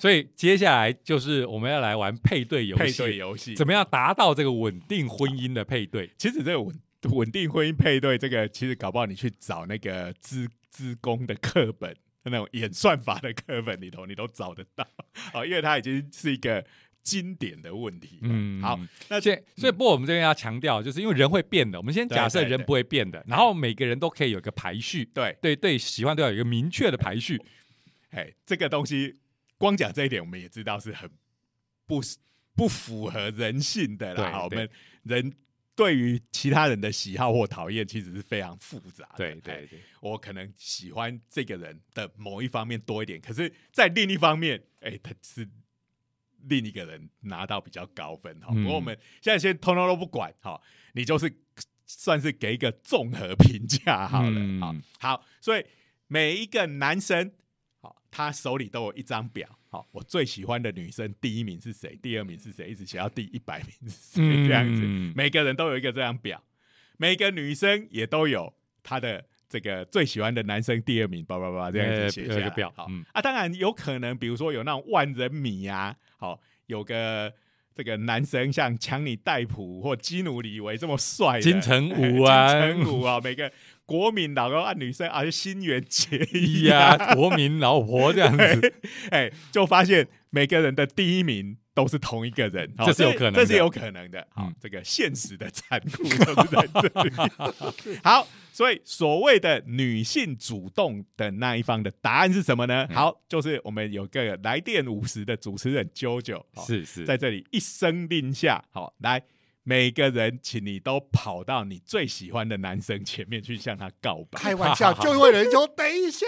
Speaker 2: 所以接下来就是我们要来玩配对游戏，
Speaker 1: 配对游戏
Speaker 2: 怎么样达到这个稳定婚姻的配对？
Speaker 1: 其实这个稳稳定婚姻配对，这个其实搞不好你去找那个资资工的课本，那种演算法的课本里头，你都找得到哦，因为它已经是一个经典的问题。嗯，
Speaker 2: 嗯
Speaker 1: 好，那
Speaker 2: 所以，所以不过我们这边要强调，就是因为人会变的，我们先假设
Speaker 1: 对对
Speaker 2: 人
Speaker 1: 对
Speaker 2: 不会变的，然后每个人都可以有一个排序，
Speaker 1: 对，
Speaker 2: 对对，喜欢都要有一个明确的排序。
Speaker 1: 哎，这个东西光讲这一点，我们也知道是很不不符合人性的啦。
Speaker 2: 对
Speaker 1: 好我
Speaker 2: 对
Speaker 1: 们人对于其他人的喜好或讨厌，其实是非常复杂的。
Speaker 2: 对
Speaker 1: 哎
Speaker 2: 对对，
Speaker 1: 我可能喜欢这个人的某一方面多一点，可是，在另一方面，哎、他是另一个人拿到比较高分哈。
Speaker 2: 嗯
Speaker 1: 不过我们现在先通通都不管哈，你就是算是给一个综合评价好了
Speaker 2: 嗯
Speaker 1: 好好，所以每一个男生，好，他手里都有一张表。好，我最喜欢的女生第一名是谁？第二名是谁？一直写到第一百名是谁？
Speaker 2: 嗯
Speaker 1: 这样子， 每个人都有一个这张表。每个女生也都有她的这个最喜欢的男生第二名，叭叭叭这样子
Speaker 2: 呃
Speaker 1: 写
Speaker 2: 有
Speaker 1: 下
Speaker 2: 一个
Speaker 1: 来
Speaker 2: 表
Speaker 1: 好、
Speaker 2: 嗯
Speaker 1: 啊，当然有可能，比如说有那种万人迷啊，好有个这个男生像强尼戴普或基努里维这么帅的，
Speaker 2: 金城武啊
Speaker 1: 金城武啊，每个国民老公啊女生啊，就新垣结衣啊，
Speaker 2: 哎呀，国民老婆这样 子，
Speaker 1: 哎，就发现每个人的第一名都是同一个人，好
Speaker 2: 这是有可能的
Speaker 1: 这是有可能的。好，
Speaker 2: 嗯
Speaker 1: 这个现实的残酷就是在这 里。好，所以所谓的女性主动的那一方的答案是什么
Speaker 2: 嗯
Speaker 1: 呢？好，就是我们有个来电五十的主持人啾啾，好
Speaker 2: 是是，
Speaker 1: 在这里一声令下，好来。每个人，请你都跑到你最喜欢的男生前面去向他告白。
Speaker 3: 开玩笑，就会有人说等一下，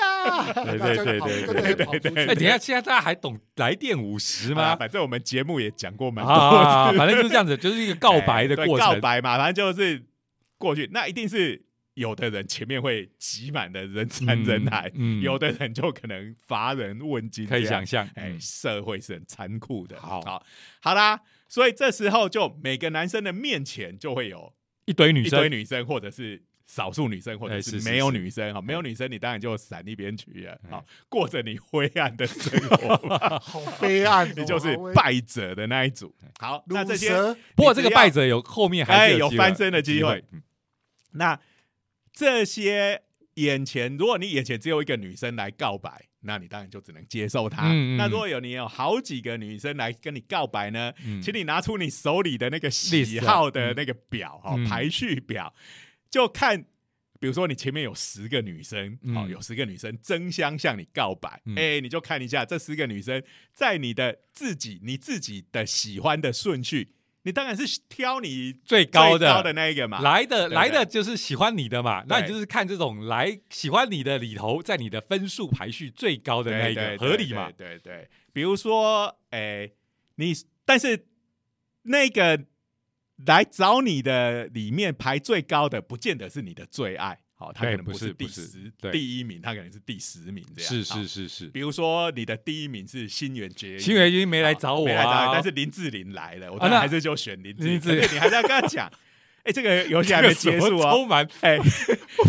Speaker 2: 对
Speaker 3: 然后就
Speaker 2: 对
Speaker 3: 跑
Speaker 2: 对
Speaker 3: 跟着
Speaker 2: 对
Speaker 3: 跑出去
Speaker 2: 哎，等一下，现在大家还懂来电五十
Speaker 1: 好啦
Speaker 2: 吗？
Speaker 1: 啊反正我们节目也讲过蛮多次
Speaker 2: 啊，反正就是这样子，就是一个告白的
Speaker 1: 哎对
Speaker 2: 过
Speaker 1: 告
Speaker 2: 程。
Speaker 1: 白嘛，反正就是过去，那一定是有的人前面会挤满的人 山人海，
Speaker 2: 嗯嗯
Speaker 1: 有的人就可能乏人问津，
Speaker 2: 可以想。象，
Speaker 1: 哎，
Speaker 2: 嗯
Speaker 1: 社会是很残酷的。
Speaker 2: 好
Speaker 1: 好，好啦，所以这时候就每个男生的面前就会有
Speaker 2: 一堆女
Speaker 1: 一
Speaker 2: 生
Speaker 1: 堆，女生，或者是少数女生，或者
Speaker 2: 哎
Speaker 1: 是
Speaker 2: 是是
Speaker 1: 没有
Speaker 2: 是
Speaker 1: 女生哈，没有女生你当然就闪一边去了，
Speaker 2: 哎
Speaker 1: 好，过着你灰暗的生活 吧，
Speaker 3: 好悲暗哦，
Speaker 1: 你就是
Speaker 3: 好威
Speaker 1: 败者的那一组。好，那这些
Speaker 3: Loser
Speaker 2: 不过这个
Speaker 1: 你只要
Speaker 2: 败者有后面还
Speaker 1: 哎
Speaker 2: 是
Speaker 1: 有
Speaker 2: 机会
Speaker 1: 翻身的机会。
Speaker 2: 嗯
Speaker 1: 那这些眼前，如果你眼前只有一个女生来告白，那你当然就只能接受她。
Speaker 2: 嗯嗯
Speaker 1: 那如果有你有好几个女生来跟你告白呢，
Speaker 2: 嗯
Speaker 1: 请你拿出你手里的那个
Speaker 2: List
Speaker 1: 喜
Speaker 2: 啊
Speaker 1: 好的那个表哈、
Speaker 2: 嗯
Speaker 1: 排序表，就看。比如说，你前面有十个女生，
Speaker 2: 嗯
Speaker 1: 哦，有十个女生争相向你告白，哎、
Speaker 2: 嗯
Speaker 1: 你就看一下这十个女生在你的自己你自己的喜欢的顺序，你当然是挑你
Speaker 2: 最
Speaker 1: 最
Speaker 2: 高的
Speaker 1: 高的那一个嘛，
Speaker 2: 来的
Speaker 1: 对
Speaker 2: 来的就是喜欢你的嘛，那你
Speaker 1: 对
Speaker 2: 就是看这种来喜欢你的里头，在你的分数排序最高的那
Speaker 1: 对
Speaker 2: 一个，
Speaker 1: 对对
Speaker 2: 合理嘛？
Speaker 1: 对对对比如说，诶，你但是那个来找你的里面排最高的，不见得是你的最爱，好、他可
Speaker 2: 对
Speaker 1: 能
Speaker 2: 不是
Speaker 1: 第
Speaker 2: 不是
Speaker 1: 十
Speaker 2: 对
Speaker 1: 第一名，他可能是第十名这样。
Speaker 2: 是
Speaker 1: 好
Speaker 2: 是是是，
Speaker 1: 比如说你的第一名是新垣结衣，
Speaker 2: 新元已经没来找我
Speaker 1: 没来找
Speaker 2: 啊
Speaker 1: 你，但是林志玲来了，我
Speaker 2: 啊
Speaker 1: 当然
Speaker 2: 那
Speaker 1: 还是就选林志玲，
Speaker 2: 林志玲
Speaker 1: 可是你还是要跟他讲，哎、这个游戏还没结 束
Speaker 2: 充
Speaker 1: 哦，
Speaker 2: 满
Speaker 1: 哎、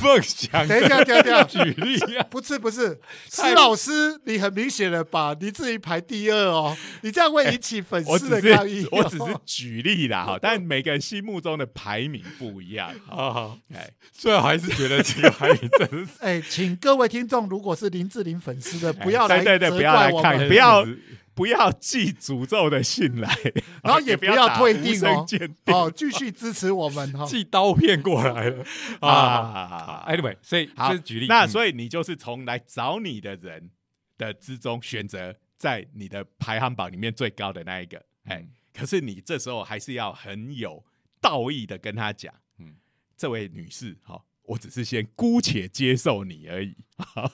Speaker 2: 梦想
Speaker 3: 等一下，等一下，
Speaker 2: 举例啊，
Speaker 3: 不是不是，施老师，你很明显的把你自己排第二哦，你这样会引起粉
Speaker 1: 我
Speaker 3: 丝
Speaker 1: 只
Speaker 3: 的
Speaker 1: 是
Speaker 3: 抗议、哦
Speaker 1: 我 只是举例啦哈，但每个人心目中的排名不一样。
Speaker 2: 啊，
Speaker 1: 哎，
Speaker 2: 虽然还是觉得这个排名真是
Speaker 3: 哎，请各位听众，如果是林志玲粉丝的，不要来
Speaker 1: 对对对，
Speaker 3: 责
Speaker 1: 不要来
Speaker 3: 怪我们
Speaker 1: 看，不要
Speaker 2: 是
Speaker 1: 不不要寄诅咒的信来，
Speaker 3: 然后也不要
Speaker 1: 打
Speaker 3: 退
Speaker 1: 无
Speaker 3: 订
Speaker 1: 声
Speaker 3: 哦
Speaker 1: 见底
Speaker 3: 哦，继续支持我们 哈。
Speaker 2: 寄刀片过来了啊。
Speaker 1: 啊
Speaker 3: 哎
Speaker 2: Anyway，所以
Speaker 1: 好
Speaker 2: 这是举例。
Speaker 1: 那
Speaker 2: 嗯
Speaker 1: 所以你就是从来找你的人的之中选择在你的排行榜里面最高的那一个，哎、
Speaker 2: 嗯
Speaker 1: 可是你这时候还是要很有道义的跟他讲，
Speaker 2: 嗯
Speaker 1: 嗯，这位女士，好、我只是先姑且接受你而已， 好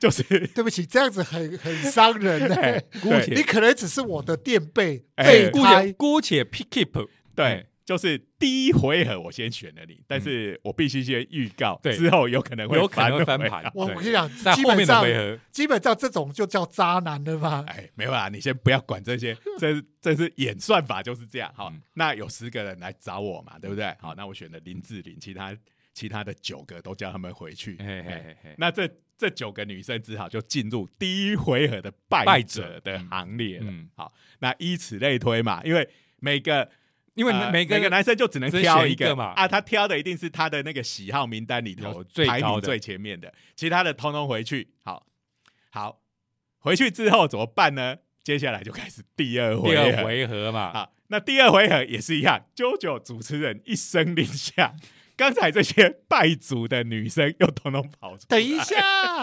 Speaker 1: 就是
Speaker 3: 对不起，这样子很很伤人 呢、
Speaker 1: 哎
Speaker 2: 姑
Speaker 1: 对
Speaker 2: 且
Speaker 3: 你可能只是我的垫背
Speaker 1: 哎
Speaker 3: 备
Speaker 2: 姑且
Speaker 3: 胎，
Speaker 2: 姑且 pick up，
Speaker 1: 对
Speaker 2: 哎。嗯
Speaker 1: 就是第一回合我先选了你，但是我必须先预告，
Speaker 2: 对
Speaker 1: 之后有可能会
Speaker 2: 有可能会翻
Speaker 1: 回
Speaker 2: 盘
Speaker 1: 来
Speaker 3: 我
Speaker 2: 对
Speaker 3: 我跟你讲
Speaker 2: 在，
Speaker 3: 基
Speaker 2: 后
Speaker 3: 本
Speaker 2: 面的
Speaker 3: 上
Speaker 2: 回合，
Speaker 3: 基本上这种就叫渣男了嘛。
Speaker 1: 哎，没有啦，你先不要管这些，这是这是演算法就是这样。好，
Speaker 2: 嗯
Speaker 1: 那有十个人来找我嘛，对不对？好，那我选了林志玲，其他其他的九个都叫他们回去。
Speaker 2: 嘿
Speaker 1: 哎
Speaker 2: 嘿嘿嘿，
Speaker 1: 那这这九个女生只好就进入第一回合的
Speaker 2: 败
Speaker 1: 败
Speaker 2: 者
Speaker 1: 者的行列了。
Speaker 2: 嗯
Speaker 1: 好，那依此类推嘛，因为每个。
Speaker 2: 因为
Speaker 1: 呃
Speaker 2: 每个
Speaker 1: 每个男生就只能
Speaker 2: 只
Speaker 1: 挑
Speaker 2: 选一
Speaker 1: 个
Speaker 2: 个嘛
Speaker 1: 啊，他挑的一定是他的那个喜好名单里头
Speaker 2: 有最
Speaker 1: 排
Speaker 2: 高
Speaker 1: 名
Speaker 2: 的
Speaker 1: 最前面的，其他的通通回去。好，好，回去之后怎么办呢？接下来就开始第二回
Speaker 2: 第
Speaker 1: 合啊
Speaker 2: 二回合嘛，
Speaker 1: 好，那第二回合也是一样，JoJo 主持人一声令下，刚才这些败组的女生又通通跑出来。
Speaker 3: 等一 下，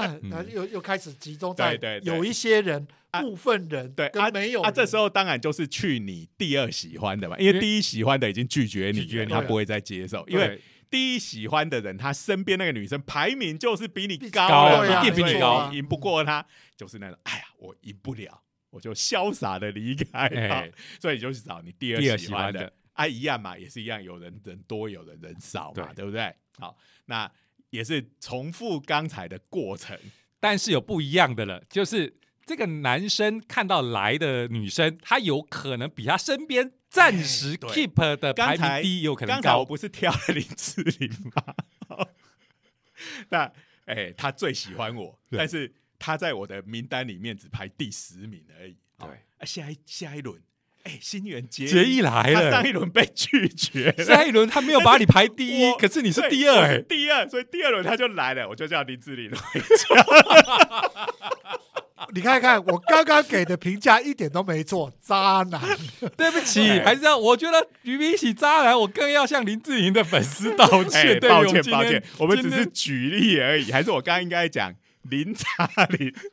Speaker 3: 然后
Speaker 2: 嗯
Speaker 3: 又又开始集中
Speaker 1: 对
Speaker 3: 在
Speaker 1: 对对
Speaker 3: 有一些人、
Speaker 1: 啊
Speaker 3: 部分人
Speaker 1: 对啊
Speaker 3: 跟没有
Speaker 1: 啊，
Speaker 3: 人
Speaker 1: 这时候当然就是去你第二喜欢的嘛，因
Speaker 2: 因为
Speaker 1: 为第一喜欢的已经拒绝你了，
Speaker 2: 拒绝你
Speaker 1: 他
Speaker 3: 了
Speaker 1: 不会再接受，因为
Speaker 2: 对
Speaker 1: 第一喜欢的人，他身边那个女生排名就是比你高
Speaker 2: 高
Speaker 1: 了嘛，
Speaker 2: 一定比你高
Speaker 1: 所以赢不过她，就是那种哎呀，我赢不了，我就潇洒的离开了。
Speaker 2: 哎
Speaker 1: 所以你就去找你第
Speaker 2: 第二
Speaker 1: 二
Speaker 2: 喜
Speaker 1: 喜
Speaker 2: 欢
Speaker 1: 欢
Speaker 2: 的
Speaker 1: 的啊，一样嘛，也是一样，有人人多，有人人少嘛，
Speaker 2: 对
Speaker 1: 对不对？好，那也是重复刚才的过程，
Speaker 2: 但是有不一样的了，就是这个男生看到来的女生，他有可能比他身边暂时
Speaker 1: 哎对
Speaker 2: keep 的排
Speaker 1: 刚
Speaker 2: 名
Speaker 1: 才
Speaker 2: 低，有可能
Speaker 1: 刚才我
Speaker 2: 高。
Speaker 1: 不是挑了林志玲吗？ 那哎、他最喜欢我，
Speaker 2: 对
Speaker 1: 但是他在我的名单里面只排第十名而已。
Speaker 2: 对
Speaker 1: 哦啊，下一下一轮，哎、新垣结
Speaker 2: 杰一
Speaker 1: 衣
Speaker 2: 来
Speaker 1: 他上
Speaker 2: 了，
Speaker 1: 一轮被拒绝了。
Speaker 2: 下一轮他没有把你排第一，
Speaker 1: 我
Speaker 2: 可是你是
Speaker 1: 对
Speaker 2: 第二
Speaker 1: 我
Speaker 2: 哎、
Speaker 1: 是第二，所以第二轮他就来了，我就叫林志 玲回家。
Speaker 3: 你看看我刚刚给的评价一点都没错，渣 男。
Speaker 2: 对不起，
Speaker 1: 对
Speaker 2: 还是要我觉得与比起渣男，我更要向林志颖的粉丝道
Speaker 1: 哎
Speaker 2: 歉。对
Speaker 1: 抱
Speaker 2: 我们
Speaker 1: 歉
Speaker 2: 今
Speaker 1: 抱
Speaker 2: 天
Speaker 1: 歉，我们只
Speaker 2: 今
Speaker 1: 是
Speaker 2: 天
Speaker 1: 举例而已，还是我刚刚应该讲林 查理？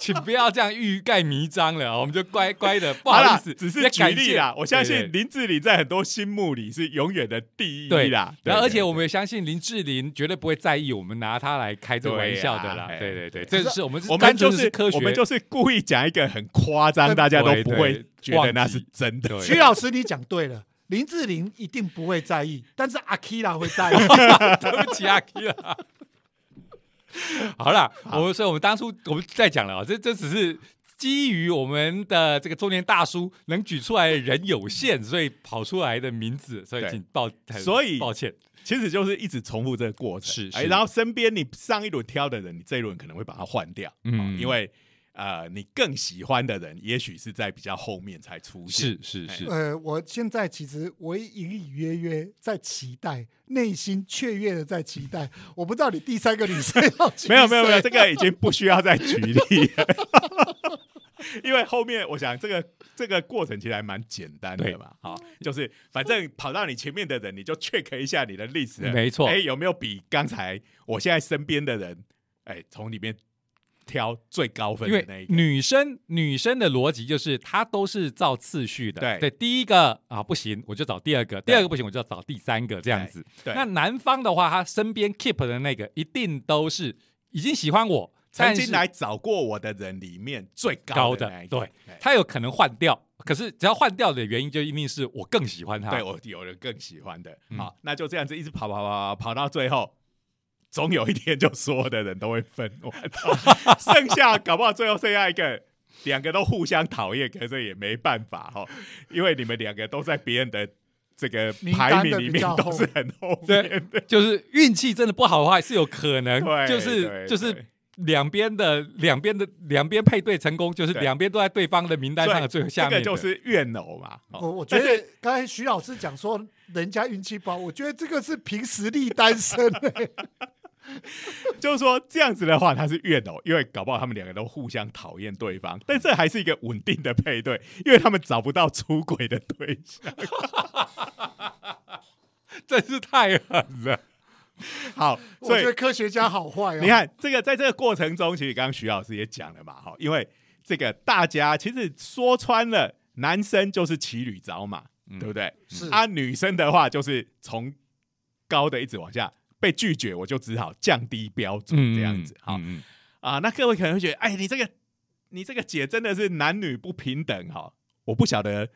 Speaker 2: 请不要这样欲盖弥彰了，我们就乖乖的，不
Speaker 1: 好
Speaker 2: 好
Speaker 1: 啦
Speaker 2: 意思，
Speaker 1: 只
Speaker 2: 也
Speaker 1: 是举
Speaker 2: 感
Speaker 1: 例
Speaker 2: 谢
Speaker 1: 啦。我相
Speaker 2: 对对
Speaker 1: 信林志玲在很多心目里是永远的第一
Speaker 2: 对
Speaker 1: 啦。
Speaker 2: 然后，而且我
Speaker 1: 们。
Speaker 2: 们也相信林志玲绝对不会在意我们拿她来开这个玩笑的啦。
Speaker 1: 对啊
Speaker 2: 对对对，
Speaker 1: 可
Speaker 2: 这
Speaker 1: 是
Speaker 2: 是我们是
Speaker 1: 我
Speaker 2: 单
Speaker 1: 们就
Speaker 2: 纯
Speaker 1: 是
Speaker 2: 科学，
Speaker 1: 我们就是故意讲一个很夸张，大家都不
Speaker 2: 对
Speaker 1: 会
Speaker 2: 对
Speaker 1: 觉得那
Speaker 2: 忘记
Speaker 1: 是真的。
Speaker 2: 对
Speaker 3: 徐老师，你讲对了，林志玲一定不会在意，但是阿 Kira 会 在意。
Speaker 2: 对不起阿 K 啦。好啦，我们所以我们当初我们在讲了啊，这这只是。基于我们的这个中年大叔能举出来的人有限，所以跑出来的名字，所以
Speaker 1: 对
Speaker 2: 请抱，
Speaker 1: 所以
Speaker 2: 抱歉，
Speaker 1: 其实就是一直重复这个过程。
Speaker 2: 是
Speaker 1: 哎
Speaker 2: 是
Speaker 1: 然后身边你上一轮挑的人，你这一轮可能会把他换掉，
Speaker 2: 嗯
Speaker 1: 嗯，因为呃，你更喜欢的人，也许是在比较后面才出现。
Speaker 2: 是是是，
Speaker 3: 呃，我现在其实我隐隐约约在期待，内心雀跃的在期待。我不知道你第三个女生要举
Speaker 1: 没有没有没有，这
Speaker 3: 谁
Speaker 1: 个已经不需要再举例了， 因为后面我想这个这个过程其实还蛮简单
Speaker 2: 对
Speaker 1: 的嘛，好，就是反正跑到你前面的人，你就 check 一下你的 list，了
Speaker 2: 没错
Speaker 1: 哎，有没有比刚才我现在身边的人，哎，从里面挑最高分
Speaker 2: 因
Speaker 1: 的
Speaker 2: 为嗯
Speaker 1: 那一个？
Speaker 2: 女生女生的逻辑就是她都是照次序的，
Speaker 1: 对
Speaker 2: 第一个啊不行，我就找第二个，第二个不行，我就找第三个这样子。
Speaker 1: 对
Speaker 2: 那男方的话，他身边 keep 的那个一定都是已经喜欢我，
Speaker 1: 曾
Speaker 2: 但是
Speaker 1: 经来找过我的人里面最
Speaker 2: 高
Speaker 1: 高
Speaker 2: 的
Speaker 1: 那一，个
Speaker 2: 对，
Speaker 1: 哎
Speaker 2: 他有可能换掉，可是只要换掉的原因就一定是我更喜欢他，
Speaker 1: 对我有人更喜欢的，
Speaker 2: 嗯
Speaker 1: 好，那就这样子一直跑跑跑跑跑到最后，总有一天就所有的人都会分完， 剩下搞不好最后剩下一个。两个都互相讨厌，可是也没办法哈，因为你们两个都在别人的这个
Speaker 3: 名单的
Speaker 1: 排名里
Speaker 3: 比
Speaker 1: 面
Speaker 3: 较后
Speaker 1: 都是很后
Speaker 2: 对
Speaker 1: 面的，
Speaker 2: 就是运气真的不好的话，是有可能
Speaker 1: 对
Speaker 2: 就是
Speaker 1: 对
Speaker 2: 就是
Speaker 1: 对。
Speaker 2: 两边的两边的两边配对成功，就是
Speaker 1: 对
Speaker 2: 两边都在对方的名单上的最
Speaker 1: 所以
Speaker 2: 下面
Speaker 1: 这
Speaker 2: 的。嗯
Speaker 1: 个就是怨偶嘛。哦
Speaker 3: 我我觉
Speaker 1: 但
Speaker 3: 得刚才徐老师讲说啊人家运气不好，我觉得这个是凭实力单身、欸。
Speaker 1: 就是说这样子的话，他是怨偶，因为搞不好他们两个都互相讨厌对方，但这还是一个稳定的配对，因为他们找不到出轨的对象。
Speaker 2: 真是太狠了。
Speaker 1: 好，
Speaker 3: 我
Speaker 1: 所
Speaker 3: 觉
Speaker 1: 以
Speaker 3: 得科学家好坏哦。
Speaker 1: 你，看这个在这个过程中，其实刚刚徐老师也讲了嘛，哈，因为这个大家其实说穿了，男生就是骑驴找马，
Speaker 2: 嗯
Speaker 1: 对不对？
Speaker 3: 是
Speaker 1: 啊，女生的话就是从高的一直往下，被拒绝我就只好降低标准这样子。好、
Speaker 2: 嗯
Speaker 1: 啊，那各位可能会觉得，哎，你这个你这个解真的是男女不平等哈、我不晓得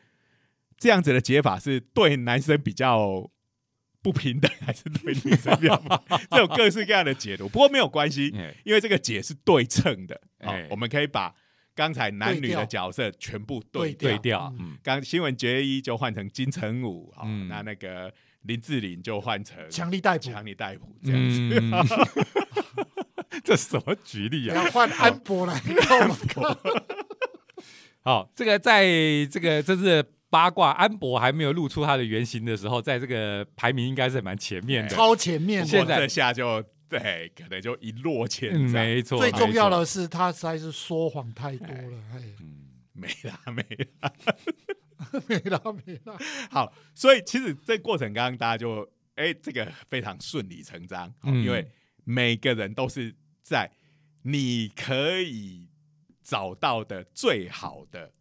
Speaker 1: 这样子的解法是对男生比较不平等，还是对女生比较不这种各式各样的解读。不过没有关系，
Speaker 2: 哎
Speaker 1: 因为这个解是对称的，好、
Speaker 2: 哎
Speaker 1: 我们可以把刚才男女
Speaker 3: 对
Speaker 1: 的
Speaker 3: 调
Speaker 1: 角色全部对
Speaker 3: 对
Speaker 1: 哦
Speaker 3: 调
Speaker 2: 对调，嗯
Speaker 3: 嗯，
Speaker 1: 刚新闻决议就换成金城武，好、
Speaker 2: 嗯
Speaker 1: 那那个林志玲就换成
Speaker 3: 强力逮捕，
Speaker 1: 强力逮捕这
Speaker 2: 这
Speaker 1: 样
Speaker 2: 样
Speaker 1: 子。
Speaker 2: 子。这什么举例
Speaker 3: 然
Speaker 2: 啊？
Speaker 3: 后换安博来 告我们
Speaker 2: 好，这个在这个这是八卦，安博还没有露出他的原型的时候，在这个排名应该是蛮前面的。
Speaker 3: 超前面
Speaker 1: 不
Speaker 3: 的。
Speaker 1: 过
Speaker 2: 现在
Speaker 1: 这下就对，可能就一落千
Speaker 2: 嗯
Speaker 1: 丈，
Speaker 2: 没错，
Speaker 3: 最重要
Speaker 2: 没错。
Speaker 3: 的是，他实在是说谎太多了，哎，
Speaker 1: 嗯没啦没啦。
Speaker 3: 没了没了，
Speaker 1: 好，所以其实这过程刚刚大家就哎、这个非常顺理成章，好
Speaker 2: 嗯
Speaker 1: 因为每个人都是在你可以找到的最好的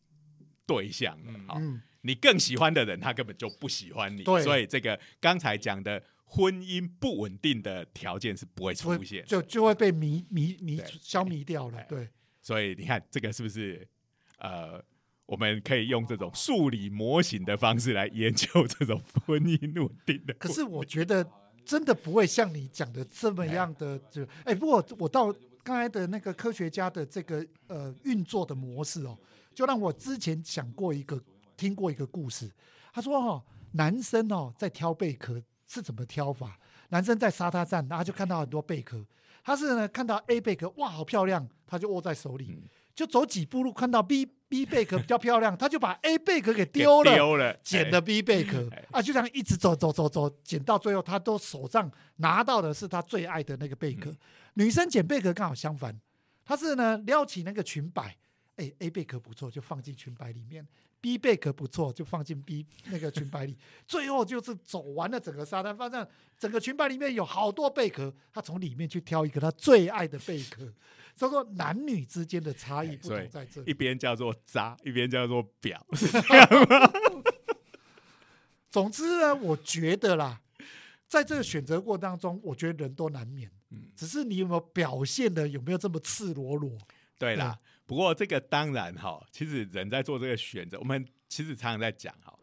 Speaker 1: 对象了
Speaker 2: 嗯
Speaker 1: 好，
Speaker 3: 嗯，
Speaker 1: 你更喜欢的人，他根本就不喜欢你，
Speaker 3: 对
Speaker 1: 所以这个刚才讲的婚姻不稳定的条件是不会
Speaker 3: 就
Speaker 1: 出
Speaker 3: 会
Speaker 1: 现。
Speaker 3: 就就会被迷迷迷
Speaker 1: 对哎
Speaker 3: 消弭掉了，对，
Speaker 1: 所以你看，这个是不是呃，我们可以用这种数理模型的方式来研究这种婚姻稳定的？
Speaker 3: 可是我觉得真的不会像你讲的这么样的，就哎、不过我到刚才的那个科学家的这个呃运作的模式哦，就让我之前想过一个听过一个故事，他说哦，男生哦在挑贝壳是怎么挑法？男生在沙滩上，然后就看到很多贝壳，他是呢看到 A 贝壳哇好漂亮，他就握在手里，就走几步路看到 B B 贝壳比较漂亮，他就把 A 贝壳给丢了，
Speaker 1: 丢了，
Speaker 3: 捡了 B 贝壳
Speaker 1: 哎
Speaker 3: 啊，就这样一直走走走走，捡到最后，他都手上拿到的是他最爱的那个贝壳。
Speaker 1: 嗯
Speaker 3: 女生捡贝壳刚好相反，她是呢撩起那个裙摆，哎，A 贝壳不错，就放进裙摆里面；B 贝壳不错，就放进 B 那个裙摆里。最后就是走完了整个沙滩，反正整个裙摆里面有好多贝壳，她从里面去挑一个她最爱的贝壳。所以说，男女之间的差
Speaker 1: 哎
Speaker 3: 异不
Speaker 1: 所以
Speaker 3: 同在这
Speaker 1: 一
Speaker 3: 里，
Speaker 1: 边叫做渣，一边叫做 表。
Speaker 3: 总之呢，我觉得啦，在这个选择过程当中，我觉得人都难免，
Speaker 1: 嗯
Speaker 3: 只是你有没有表现的有没有这么赤裸裸？
Speaker 1: 对啦，不过这个当然哈，其实人在做这个选择，我们其实常常在讲哈，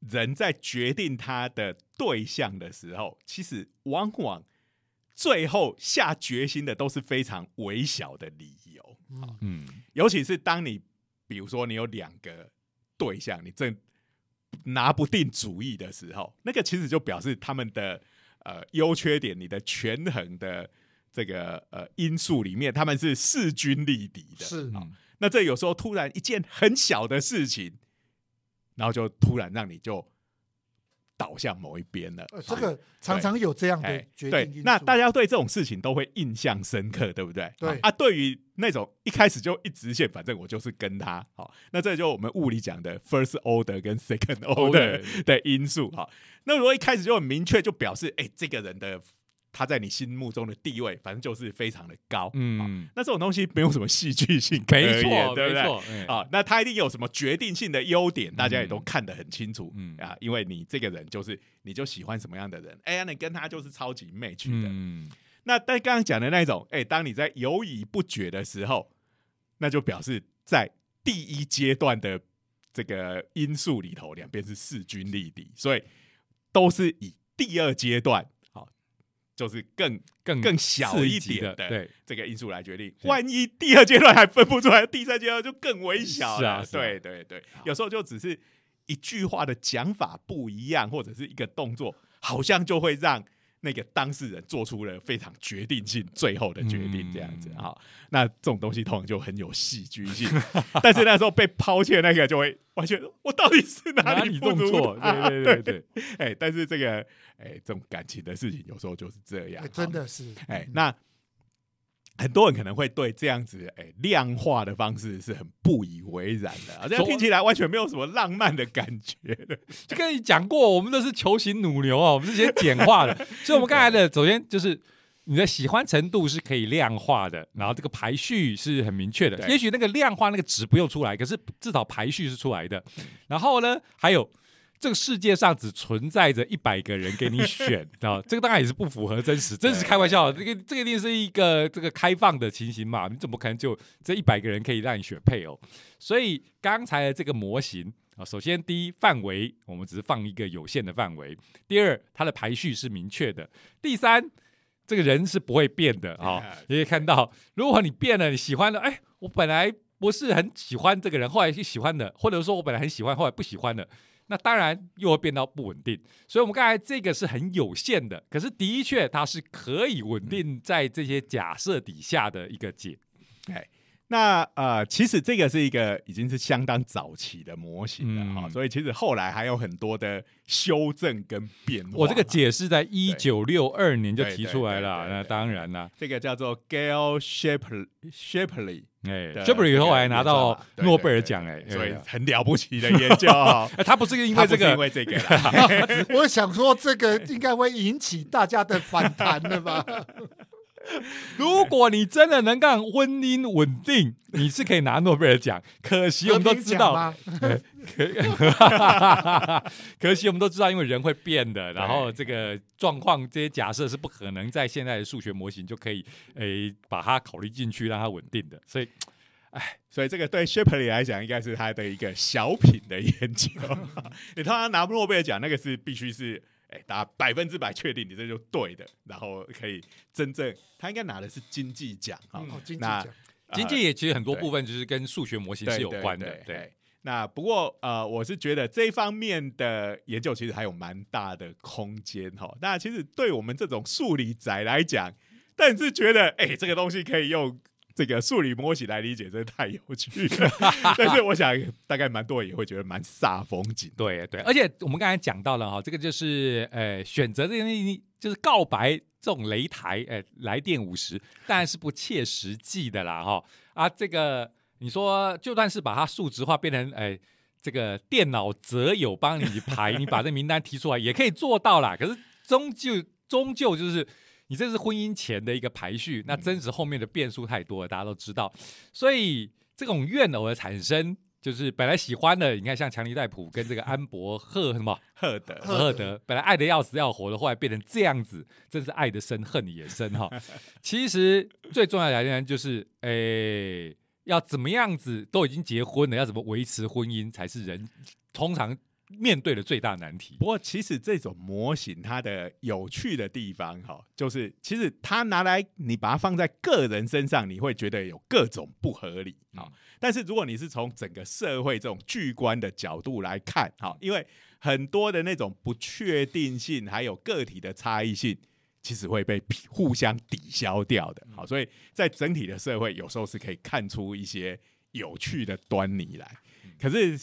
Speaker 1: 人在决定他的对象的时候，其实往往最后下决心的都是非常微小的理由，
Speaker 3: 嗯，
Speaker 2: 嗯，
Speaker 1: 尤其是当你比如说你有两个对象，你正拿不定主意的时候，那个其实就表示他们的呃优缺点，你的权衡的这个呃因素里面，他们是势均力敌的。
Speaker 3: 是
Speaker 1: 好那这有时候突然一件很小的事情，然后就突然让你就倒向某一边了。
Speaker 3: 呃，这个常常有这样的
Speaker 1: 哎，
Speaker 3: 决定因
Speaker 1: 对
Speaker 3: 素。，
Speaker 1: 那大家对这种事情都会印象深刻，对不对？
Speaker 3: 对
Speaker 1: 啊，对于那种一开始就一直线，反正我就是跟他好，那这就我们物理讲的 first order 跟 second order 的因素哈。那如果一开始就很明确，就表示哎、这个人的他在你心目中的地位，反正就是非常的高。哦
Speaker 2: 嗯，
Speaker 1: 那这种东西没有什么戏剧性可言，
Speaker 2: 没错，
Speaker 1: 对不
Speaker 2: 没
Speaker 1: 对？
Speaker 2: 错，哎
Speaker 1: 啊，那他一定有什么决定性的优点，大家也都看得很清楚。
Speaker 2: 嗯
Speaker 1: 嗯啊，因为你这个人就是，你就喜欢什么样的人，哎呀，你跟他就是超级 match 的。
Speaker 2: 嗯，
Speaker 1: 那但刚刚讲的那种，哎，当你在犹疑不决的时候，那就表示在第一阶段的这个因素里头，两边是势均力敌，所以都是以第二阶段，好、就是更
Speaker 2: 更
Speaker 1: 更小
Speaker 2: 刺
Speaker 1: 一
Speaker 2: 激
Speaker 1: 点
Speaker 2: 的，
Speaker 1: 的
Speaker 2: 对，
Speaker 1: 这个因素来决定。
Speaker 2: 是
Speaker 1: 万一第二阶段还分不出来，第三阶段就更微小
Speaker 2: 是
Speaker 1: 了。
Speaker 2: 啊是啊
Speaker 1: 对对对，有时候就只是一句话的讲法不一样，或者是一个动作，好像就会让那个当事人做出了非常决定性最后的决定，这样子
Speaker 2: 嗯
Speaker 1: 啊、好那这种东西通常就很有戏剧 性，但是那时候被抛弃的那个就会完全，我到底是哪
Speaker 2: 哪
Speaker 1: 里
Speaker 2: 里
Speaker 1: 不
Speaker 2: 弄
Speaker 1: 足
Speaker 2: 错？
Speaker 1: 他
Speaker 2: 对对对对，
Speaker 1: 哎，但是这个哎，这种感情的事情有时候就是这样
Speaker 3: 哎，真
Speaker 1: 好
Speaker 3: 的是，
Speaker 2: 嗯
Speaker 1: 哎，那很多人可能会对这样子哎量化的方式是很不以为然的 啊，这样
Speaker 2: 说
Speaker 1: 听起来完全没有什么浪漫的感觉的。
Speaker 2: 就跟你讲过，我们都是球形弩牛啊，我们是先简化的，所以我们刚才的首先就是。你的喜欢程度是可以量化的，然后这个排序是很明确的。
Speaker 1: 对
Speaker 2: 也许那个量化那个值不用出来，可是至少排序是出来的。然后呢，还有这个世界上只存在着一百个人给你选 啊，这个当然也是不符合真实，真实开玩笑，这个这个一定是一个这个开放的情形嘛，你怎么可能就这一百个人可以让你选配偶？所以刚才的这个模型啊，首先第一范围，我们只是放一个有限的范围；第二，它的排序是明确的；第三，这个人是不会变的啊。你可以看到，如果你变了，你喜欢了，哎，我本来不是很喜欢这个人，后来就喜欢了，或者说我本来很喜欢，后来不喜欢了。那当然又会变到不稳定，所以我们刚才这个是很有限的，可是的确它是可以稳定在这些假设底下的一个解。
Speaker 1: 那呃，其实这个是一个已经是相当早期的模型了哈、
Speaker 2: 嗯
Speaker 1: 所以其实后来还有很多的修正跟变化。
Speaker 2: 我这个解释在一九六二年就
Speaker 1: 对
Speaker 2: 提
Speaker 1: 对
Speaker 2: 出来
Speaker 1: 对
Speaker 2: 了，
Speaker 1: 对
Speaker 2: 那
Speaker 1: 对
Speaker 2: 当然啦，
Speaker 1: 这个叫做 Gail Shapley Shapley
Speaker 2: 哎
Speaker 1: 的
Speaker 2: j a b r
Speaker 1: 这
Speaker 2: y
Speaker 1: 个
Speaker 2: 后来拿
Speaker 1: 演算
Speaker 2: 到
Speaker 1: 法对
Speaker 2: 诺
Speaker 1: 对
Speaker 2: 贝尔
Speaker 1: 对
Speaker 2: 奖，
Speaker 1: 对
Speaker 2: 哎，
Speaker 1: 所以
Speaker 2: 哎
Speaker 1: 很了不起的研究哈
Speaker 2: 哎他不 是因
Speaker 1: 他
Speaker 2: 为
Speaker 1: 不
Speaker 2: 这
Speaker 1: 是因
Speaker 2: 个，
Speaker 1: 为这个啦，
Speaker 3: 我想说这个应该会引起大家的反弹 的吧？
Speaker 2: 如果你真的能让婚姻稳定，你是可以拿诺贝尔奖。可惜我们都知
Speaker 3: 和平奖
Speaker 2: 道，
Speaker 3: 吗？
Speaker 2: 可可惜我们都知道，因为人会变的，然后这
Speaker 1: 对
Speaker 2: 个状况这些假设是不可能在现在的数学模型就可以诶把它考虑进去，让它稳定的，所以
Speaker 1: 所以这个对 Shapley 来讲，应该是他的一个小品的研究。
Speaker 3: 嗯
Speaker 1: 你通常拿诺贝尔奖，那个是必须是。哎，大家百分之百确定你这就对的，然后可以真正他应该拿的是经济奖啊、
Speaker 3: 哦，金鸡
Speaker 1: 那
Speaker 3: 奖，
Speaker 1: 呃
Speaker 2: 经济也其实很多
Speaker 1: 对
Speaker 2: 部分就是跟数学模型是有关的
Speaker 1: 对，对
Speaker 2: 对，
Speaker 1: 那不过呃，我是觉得这一方面的研究其实还有蛮大的空间哈。那其实对我们这种数理宅来讲，但是觉得哎、这个东西可以用这个数理模型来理解，真的太有趣了。 但是我想，大概蛮多人也会觉得蛮煞风 景的。
Speaker 2: 对对，而且我们刚才讲到了哈，这个就是呃选择这些就是告白这种擂台，呃来电五十，当然是不切实际的啦哈啊，这个你说就算是把它数值化变成呃这个电脑择友帮你排，你把这名单提出来也可以做到啦，可是终究终究就是。你这是婚姻前的一个排序，那真实后面的变数太多了，大家都知道。所以这种怨偶的产生，就是本来喜欢的，你看像强尼戴普跟这个安博赫什么
Speaker 1: 赫德，
Speaker 3: 赫
Speaker 2: 赫赫德，本来爱的要死要活的，后来变成这样子，真是爱的深，恨得也深 哈。其实最重要的来源就是，诶、要怎么样子都已经结婚了，要怎么维持婚姻才是人通常面对的最大难题。
Speaker 1: 不过，其实这种模型它的有趣的地方，哈，就是其实它拿来你把它放在个人身上，你会觉得有各种不合理啊、
Speaker 2: 嗯
Speaker 1: 但是如果你是从整个社会这种巨观的角度来看，哈，因为很多的那种不确定性，还有个体的差异性。其实会被匹互相抵消掉的，好，所以在整体的社会，有时候是可以看出一些有趣的端倪来。可是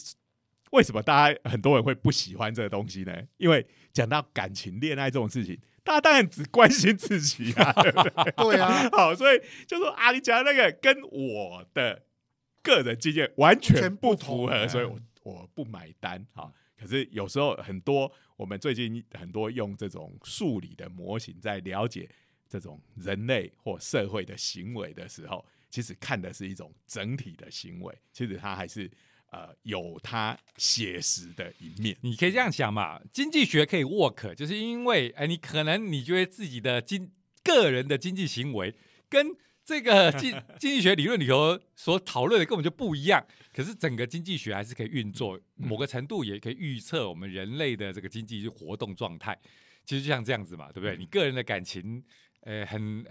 Speaker 1: 为什么大家很多人会不喜欢这个东西呢？因为讲到感情、恋爱这种事情，大家当然只关心自己啊，对不对？
Speaker 3: 对啊，
Speaker 1: 好，所以就说啊，你讲的那个跟我的个人经验完全不符合，
Speaker 3: 完全不同
Speaker 1: 所以我我不买单啊。好可是有时候很多我们最近很多用这种数理的模型在了解这种人类或社会的行为的时候，其实看的是一种整体的行为，其实它还是呃有它写实的一面。
Speaker 2: 你可以这样想嘛，经济学可以 work，就是因为哎，你可能你觉得自己的经个人的经济行为跟这个经 经济学理论里头所讨论的根本就不一样，可是整个经济学还是可以运作，
Speaker 1: 嗯
Speaker 2: 某个程度也可以预测我们人类的这个经济活动状态。其实就像这样子嘛，
Speaker 1: 嗯
Speaker 2: 对不对？你个人的感情，呃，很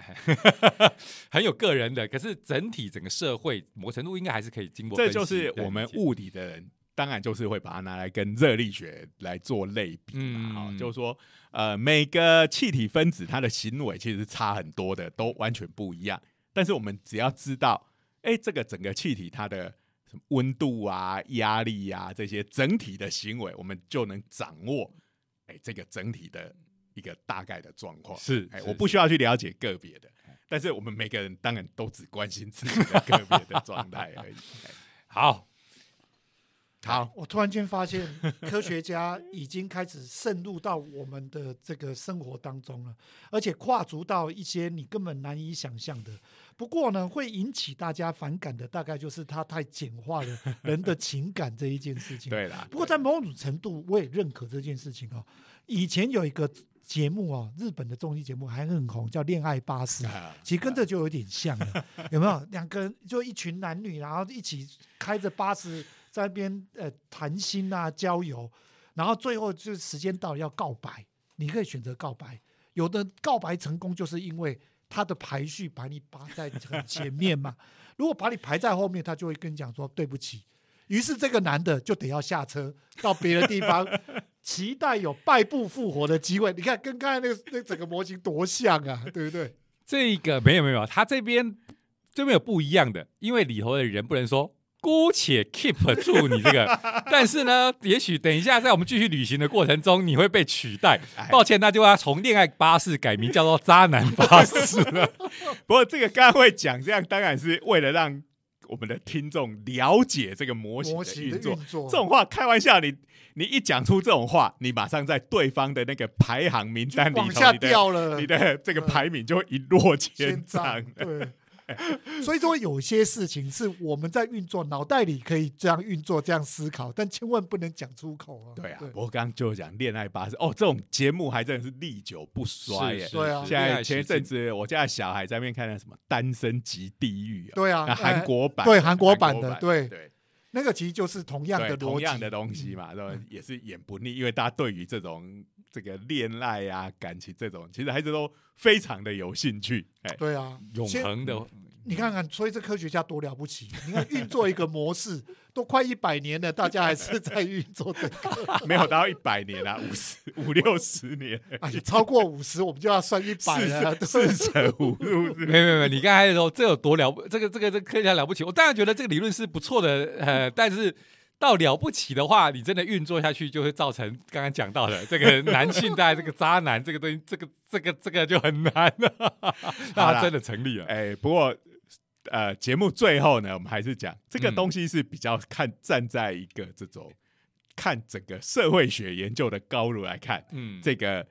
Speaker 2: 很有个人的，可是整体整个社会某个程度应该还是可以经过
Speaker 1: 这
Speaker 2: 分析
Speaker 1: 就是
Speaker 2: 来
Speaker 1: 我们
Speaker 2: 理解
Speaker 1: 物理的人。当然就是会把它拿来跟热力学来做类比嘛，哈、
Speaker 2: 嗯
Speaker 1: 就是说，呃，每个气体分子它的行为其实是差很多的，都完全不一样。但是我们只要知道，哎、这个整个气体它的什么温度啊、压力啊这些整体的行为，我们就能掌握，哎、这个整体的一个大概的状况。
Speaker 2: 是
Speaker 1: 哎、
Speaker 2: 是
Speaker 1: 我不需要去了解个别的，但是我们每个人当然都只关心自己的个别的状态而已。哎
Speaker 2: 好，
Speaker 1: 好，
Speaker 3: 我突然间发现，科学家已经开始渗入到我们的这个生活当中了，而且跨足到一些你根本难以想象的。不过呢，会引起大家反感的，大概就是它太简化了人的情感这一件事情。
Speaker 1: 对啦。
Speaker 3: 不过在某种程度，我也认可这件事情哦。以前有一个节目哦，日本的综艺节目还很红，叫《恋爱巴士》。
Speaker 1: 啊
Speaker 3: 其实跟这就有点像了，有没有？两个人就一群男女，然后一起开着巴士在那边呃谈心啊、交友，然后最后就是时间到了要告白，你可以选择告白。有的告白成功，就是因为他的排序把你排在很前面嘛。如果把你排在后面，他就会跟你讲说对不起。于是这个男的就得要下车到别的地方，期待有败部复活的机会。你看，跟刚才那个那整个模型多像啊，对不对？
Speaker 2: 这个没有没有没有，他这边这边有不一样的，因为里头的人不能说。姑且 keep 住你这 个，但是呢，也许等一下在我们继续旅行的过程中，你会被取代
Speaker 1: 哎。
Speaker 2: 抱歉，那就要从恋爱巴士改名叫做渣男巴 士了。
Speaker 1: 不过这个刚刚会讲这样，当然是为了让我们的听众了解这个模型
Speaker 3: 模
Speaker 1: 的
Speaker 3: 型的
Speaker 1: 运作。
Speaker 3: 运作
Speaker 1: 这种话开玩笑，你你一讲出这种话，你马上在对方的那个排行名单里头，
Speaker 3: 往下
Speaker 1: 你的
Speaker 3: 掉了， 嗯
Speaker 1: 你的这个排名就会一落千
Speaker 3: 先
Speaker 1: 丈
Speaker 3: 涨。 对，所以说有些事情是我们在运作，脑袋里可以这样运作、这样思考，但千万不能讲出口啊。
Speaker 1: 对啊，不过刚刚就讲恋爱巴士哦，这种节目还真的是历久不衰耶
Speaker 2: 是。是
Speaker 3: 对啊
Speaker 2: 是
Speaker 1: 现
Speaker 2: 恋
Speaker 1: 在
Speaker 2: 爱
Speaker 1: 前一
Speaker 2: 实境
Speaker 1: 阵子我家的小孩在那边看那什么《单身即地狱》啊，
Speaker 3: 对啊
Speaker 1: 那，
Speaker 3: 哎
Speaker 1: 韩国版
Speaker 3: 对
Speaker 1: 的
Speaker 3: 韩国版的对
Speaker 1: 对。
Speaker 3: 那个其实就是同样
Speaker 1: 对
Speaker 3: 的逻
Speaker 1: 同
Speaker 3: 辑，嗯
Speaker 1: 样的东西嘛，对吧？也是演不腻，因为大家对于这种这个恋爱啊、感情这种，其实还是都非常的有兴趣。 哎，
Speaker 3: 对啊，
Speaker 2: 永
Speaker 3: 先
Speaker 2: 恒的
Speaker 3: 你看看，所以这科学家多了不起！你看运作一个模式都快一百年了，大家还是在运作 这个。
Speaker 1: 没有到一百年啊，五十五六十年，
Speaker 3: 哎，超过五十我们就要算一百了。
Speaker 1: 四舍四舍五入是
Speaker 2: 没有没有没有，你刚才说这有多了不，这个这个这个科学家了不起，我当然觉得这个理论是不错的， 呃，但是到了不起的话，你真的运作下去，就会造成刚刚讲到的这个男性带这个渣男这个东西，这个这个这个就很 难了、
Speaker 1: 好
Speaker 2: 那
Speaker 1: 啦
Speaker 2: 它真的成立了，
Speaker 1: 哎，不过呃，节目最后呢，我们还是讲这
Speaker 3: 嗯
Speaker 1: 个东西是比较看站在一个这种看整个社会学研究的高度来看，
Speaker 2: 嗯，
Speaker 1: 这个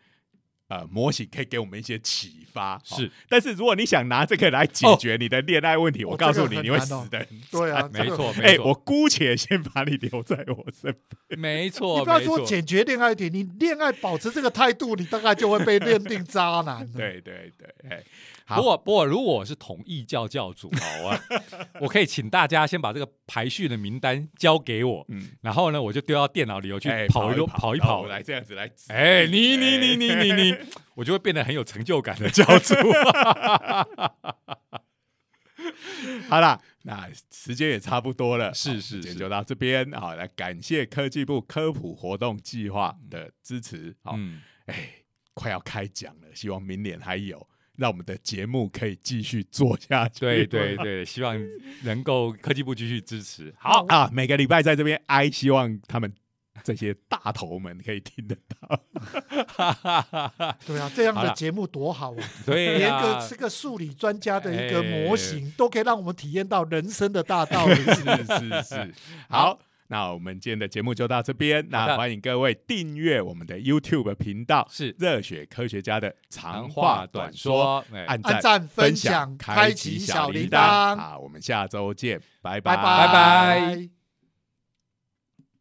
Speaker 1: 呃模型可以给我们一些启发。哦
Speaker 2: 是哦
Speaker 1: 但是如果你想拿这个来解决你的恋爱问题，我
Speaker 3: 哦
Speaker 1: 告诉
Speaker 3: 这
Speaker 1: 你，
Speaker 3: 个很
Speaker 1: 你会
Speaker 3: 难
Speaker 1: 死
Speaker 3: 哦
Speaker 1: 的。
Speaker 3: 对啊，
Speaker 2: 没
Speaker 3: 这个
Speaker 2: 错
Speaker 1: 哎、
Speaker 2: 没
Speaker 1: 我
Speaker 2: 错
Speaker 1: 姑且先把你留在我身边。
Speaker 2: 没错，
Speaker 3: 你不要
Speaker 2: 没
Speaker 3: 说
Speaker 2: 错
Speaker 3: 解决恋爱问题，你恋爱保持这个态度，你大概就会被认定渣男
Speaker 2: 嗯
Speaker 3: 了。
Speaker 1: 对对对，哎、好
Speaker 2: 不过，不过，如果我是同意教教主，好啊，我 可以请大家先把这个排序的名单交给我，
Speaker 1: 嗯
Speaker 2: 然后呢，我就丢到电脑里头去
Speaker 1: 哎
Speaker 2: 跑一路
Speaker 1: 跑
Speaker 2: 跑一
Speaker 1: 然后
Speaker 2: 跑
Speaker 1: 我，来这样子来指。
Speaker 2: 哎，你你你你你 你，我就会变得很有成就感的教主。
Speaker 1: 好啦，那时间也差不多了，
Speaker 2: 是
Speaker 1: 好
Speaker 2: 是
Speaker 1: 今天
Speaker 2: 是
Speaker 1: 就到这边。好，来感谢科技部科普活动计划的支持。好，
Speaker 2: 嗯，
Speaker 1: 哎，快要开奖了，希望明年还有，让我们的节目可以继续做下去。
Speaker 2: 对对对，希望能够科技部继续支持。
Speaker 1: 好
Speaker 2: 好，
Speaker 1: 啊，每个礼拜在这边 I 希望他们这些大头们可以听得 到。
Speaker 3: 对啊，这样
Speaker 2: 好
Speaker 3: 的
Speaker 2: 啦
Speaker 3: 节目多好啊！
Speaker 2: 对
Speaker 3: 连
Speaker 2: 呀
Speaker 3: 个，是个数理专家的一个模型，都可以让我们体验到人生的大道理。
Speaker 1: 是是是， 好。那我们今天的节目就到这边，
Speaker 2: 好的
Speaker 1: 那欢迎各位订阅我们的 YouTube 频道，
Speaker 2: 是
Speaker 1: 热血科学家的长
Speaker 2: 长
Speaker 1: 话
Speaker 2: 话
Speaker 1: 短
Speaker 2: 短
Speaker 1: 说，
Speaker 2: 说，哎，
Speaker 1: 按
Speaker 3: 按赞分享
Speaker 1: 开
Speaker 3: 开
Speaker 1: 启
Speaker 3: 启
Speaker 1: 小
Speaker 3: 小
Speaker 1: 铃
Speaker 3: 铃
Speaker 1: 铛
Speaker 3: 铛
Speaker 1: 啊！我们下周见，拜
Speaker 3: 拜
Speaker 2: 拜
Speaker 3: 拜。